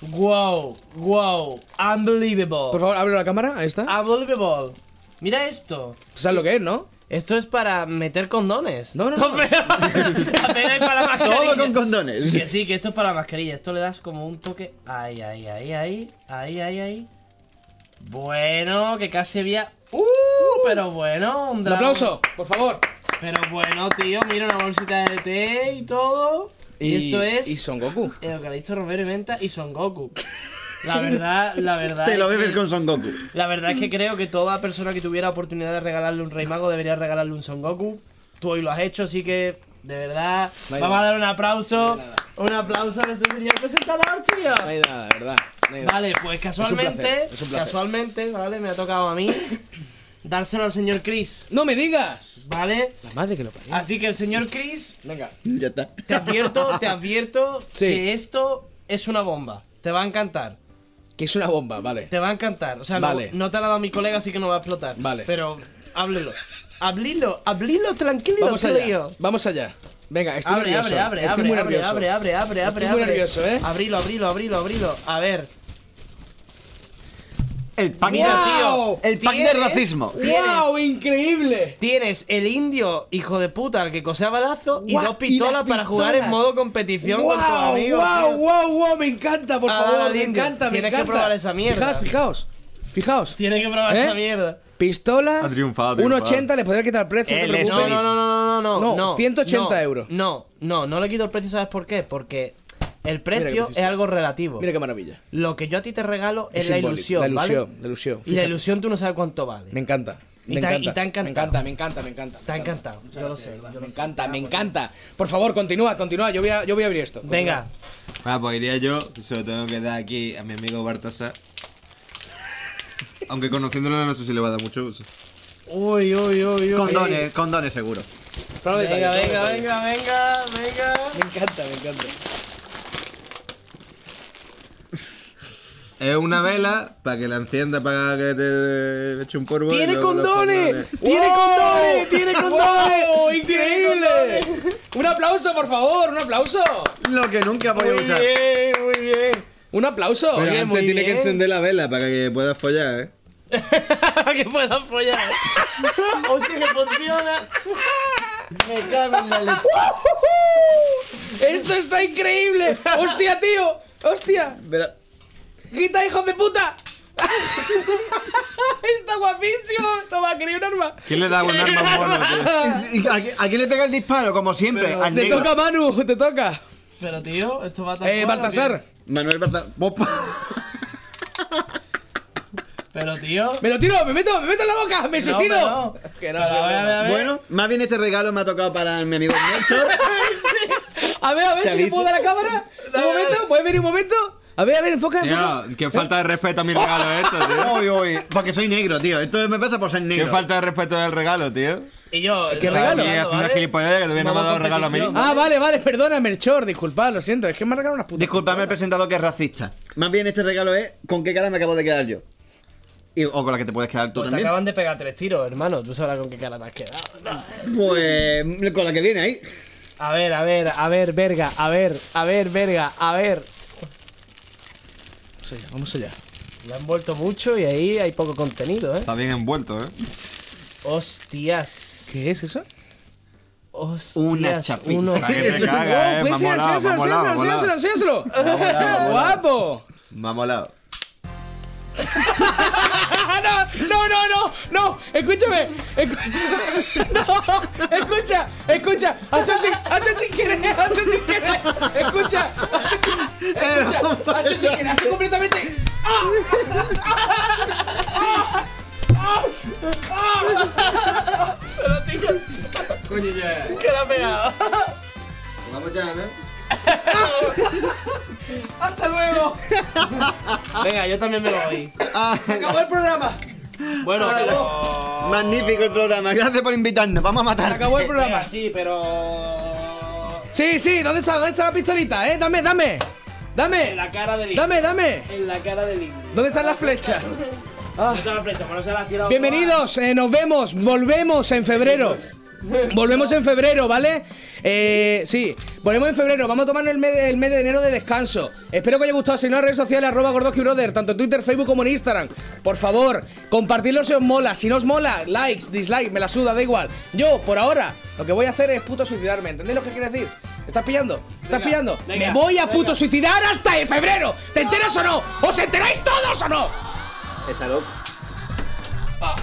D: Wow, wow, unbelievable.
B: Por favor, abre la cámara, ahí está.
D: Unbelievable. Mira esto.
B: ¿Sabes lo que es, no?
D: Esto es para meter condones.
B: No, no,
D: no. *laughs* Apenas es para mascarilla.
C: Todo con *laughs* condones.
D: Que sí, que esto es para mascarilla. Esto le das como un toque. Ahí, ahí, ahí, ahí. Ahí, ahí, ahí. Bueno, que casi había. ¡Uh! Pero bueno, un
B: Un
D: dragón.
B: aplauso, por favor.
D: Pero bueno, tío, mira una bolsita de té y todo. Y, esto es.
B: Y Son Goku.
D: El Eucalipto Romero y Menta y Son Goku. La verdad, la
C: *laughs*
D: verdad.
C: Te lo
D: es que-
C: bebes con Son Goku.
D: La verdad es que creo que toda persona que tuviera oportunidad de regalarle un Rey Mago debería regalarle un Son Goku. Tú hoy lo has hecho, así que, de verdad,
B: No hay
D: vamos
B: nada.
D: a dar un aplauso. un aplauso a nuestro señor presentador, tío.
B: No hay nada, de verdad. no hay nada.
D: Vale, pues casualmente,
B: Es un placer, es un placer.
D: casualmente, ¿vale? Me ha tocado a mí *coughs* dárselo al señor Chris.
B: ¡No me digas!
D: ¿Vale?
B: La madre que lo parió.
D: Así que el señor Chris,
B: Venga.
C: Ya
B: *laughs*
C: está.
D: te advierto, te advierto
B: Sí.
D: que esto es una bomba. Te va a encantar.
B: Que es una bomba, vale.
D: Te va a encantar. O sea, no-
B: Vale.
D: no, te la ha dado mi colega, así que no va a explotar.
B: Vale.
D: Pero háblelo. Hablilo, hablilo, tranquilo,
B: Vamos allá.
D: tío.
B: Vamos allá. Venga, estoy
D: abre,
B: nervioso.
D: abre, abre,
B: estoy
D: abre,
B: muy
D: abre,
B: nervioso.
D: abre, abre, abre, abre,
B: Estoy muy
D: abre.
B: nervioso, ¿eh?
D: Abrilo, abrilo, abrilo, abrilo. A ver.
C: El pack
D: Mira,
C: de-
D: tío.
C: El pack de
D: ¿tienes?
C: racismo.
B: ¡Wow! ¡Increíble!
D: Tienes el indio, hijo de puta, al que cosea balazo y
B: Guau,
D: dos
B: y las
D: pistolas para jugar en
B: pistolas.
D: modo competición
B: wow,
D: con tus amigos.
B: wow,
D: tío.
B: wow, wow, me encanta, por
D: Ah,
B: favor,
D: dale,
B: me
D: indio.
B: encanta, me
D: Tienes que
B: encanta.
D: probar esa mierda.
B: Fijaos, fijaos, fijaos. ¿Eh?
D: Tienes que probar esa mierda.
B: Pistolas,
D: Ha triunfado, ha triunfado.
B: 1,80, le podría quitar el precio, no te preocupes.
D: no, no, no, no, no, no,
B: No,
D: no,
B: 180
D: no,
B: euros.
D: No, no, no le quito el precio, ¿sabes por qué? Porque el precio es
B: precioso.
D: algo relativo.
B: Mira qué maravilla.
D: Lo que yo a ti te regalo es,
B: Es
D: la
B: simbólico,
D: ilusión,
B: la ilusión,
D: ¿vale?
B: la ilusión,
D: Y la
B: fíjate.
D: ilusión tú no sabes cuánto vale.
B: Me encanta.
D: Y
B: me
D: te ha-
B: encanta.
D: y te ha encantado.
B: Me encanta, me encanta, me encanta.
D: Te ha encantado, yo lo sé.
B: Me encanta, me encanta. Por favor, continúa, continúa. Yo voy a, yo voy a abrir esto.
D: Venga.
E: Ah, pues iría yo, se lo tengo que dar aquí a mi amigo Bartasar. Aunque conociéndolo no sé si le va a dar mucho uso.
D: Uy, uy, uy, uy.
C: Condones,
D: *laughs*
C: condones seguro.
D: Venga, venga, venga, venga, venga.
B: Me encanta, me encanta.
E: Es una vela para que la encienda, para que te eche un polvo. y
D: ¡Tiene
E: luego los
D: condones!
E: condones.
D: ¡Tiene condones! ¡Tiene condones!
B: ¡Wow!
D: ¡Tiene
B: ¡Increíble! Un aplauso, por favor, un aplauso.
C: Lo que nunca
D: Muy
C: podía usar.
D: bien, muy bien.
B: Un aplauso.
E: Pero
B: Oye,
E: antes tiene que
D: bien.
E: encender la vela para que puedas follar, ¿eh?
D: que pueda follar. Hostia, que funciona.
C: Me cago en la leche.
B: Esto está increíble. Hostia, tío. Hostia.
C: Verá,
B: Quita, hijo de puta. *laughs* está guapísimo. Toma, quería un arma.
E: ¿Quién le da un arma a un mono, tío?
C: ¿y ¿A qui- a quién le pega el disparo? Como siempre, al
B: Te
C: negro.
B: toca, Manu, te toca.
D: Pero tío, esto va tan
B: Eh,
D: fuera,
B: Baltasar.
C: Manuel Bartasar.
D: tío. Pero tío.
B: Me lo tiro, me meto, me meto en la boca, me
D: No,
B: suicido.
D: hombre, no.
B: Que
D: Pero
B: no, que
D: a ver, a ver, a ver.
C: Bueno, más bien este regalo me ha tocado para mi amigo Néstor.
B: A ver, a ver,
C: Te
B: si le
C: aviso.
B: puedo dar la
D: *laughs*
B: cámara. Un momento, ¿puedes venir un momento? A ver, a ver, enfoca. enfoca. Ah.
E: Tío, qué falta de respeto a mi regalo esto, tío.
C: Uy, uy, porque soy negro, tío. Esto me pasa por ser
E: Qué
C: negro.
E: falta de respeto del regalo, tío.
D: Y yo,
E: ¿Qué regalo? haciendo
D: ¿vale?
E: gilipollas que todavía no me ha dado regalo a mí.
B: Ah, vale, vale, perdona, Melchor, disculpad, lo siento, es que me ha regalado unas putas.
C: Disculpadme al presentador que es racista. Más bien este regalo es con qué cara me acabo de quedar yo. Y- o con la que te puedes quedar tú
D: Pues te
C: también.
D: acaban de pegar tres tiros, hermano. Tú sabrás con qué cara te has quedado.
C: Pues con la que viene ahí.
D: A ver, a ver, a ver, verga, a ver, a ver, verga, a ver.
B: Vamos allá, vamos allá.
D: Le han vuelto mucho y ahí hay poco contenido, ¿eh?
E: Está bien envuelto, ¿eh?
D: Hostias.
B: ¿Qué es eso?
D: Hostias.
C: Una chapita.
B: *laughs*
D: uno-
E: Para que te caga, ¿eh? Me ha
B: pues enséñaselo,
E: molado, me ha molado, me ha
B: enséñaselo,
E: molado.
B: *laughs* enséñaselo, enséñaselo.
E: molado, me ha molado.
B: ¡Guapo!
E: Me ha molado.
B: no, no, no, no, escúchame. escu- *laughs* no, escucha, escucha. Hacho sin, hacho sin querer, hacho sin querer. Escucha, hacho sin, escucha, hacho sin querer, hacho completamente. Ah.
E: Coño, ya. Pues
A: Que la ha pegado.
E: Vamos ya, ¿no?
B: Hasta luego.
D: Venga, yo también me lo voy.
B: Se acabó el programa.
C: Bueno,
B: Se acabó.
C: magnífico el programa. Gracias por invitarnos. Vamos a matar.
B: acabó el programa.
D: Sí, pero.
B: Sí, sí, ¿dónde está, dónde está la pistolita? Eh, dame, dame. Dame.
D: En la cara del
B: Dame, dame.
D: En la cara del indio.
B: ¿Dónde están las flechas?
D: No se la flecha, no se la ha tirado.
B: Bienvenidos, eh, nos vemos, volvemos en febrero. Volvemos en febrero, ¿vale? Eh, sí, volvemos en febrero. Vamos a tomarnos el mes, de, el mes de enero de descanso. Espero que haya gustado. Si no, redes sociales, arroba Gordoski Brother, tanto en Twitter, Facebook como en Instagram. Por favor, compartidlo si os mola. Si no os mola, likes, dislikes, me la suda, da igual. Yo, por ahora, lo que voy a hacer es puto suicidarme. ¿Entendéis lo que quiero decir? ¿Me ¿Estás pillando? ¿Me ¿Estás pillando?
D: venga,
B: me voy a
D: venga.
B: puto suicidar hasta en febrero. ¿Te enteras o no? ¿Os enteráis todos o no?
C: Está loco.
B: *laughs*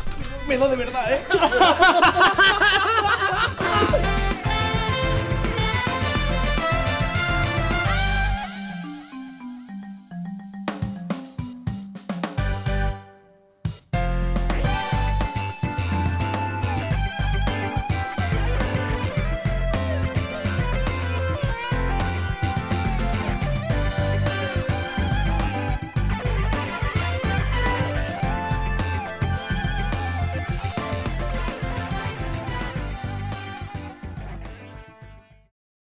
B: Me da de verdad, ¿eh?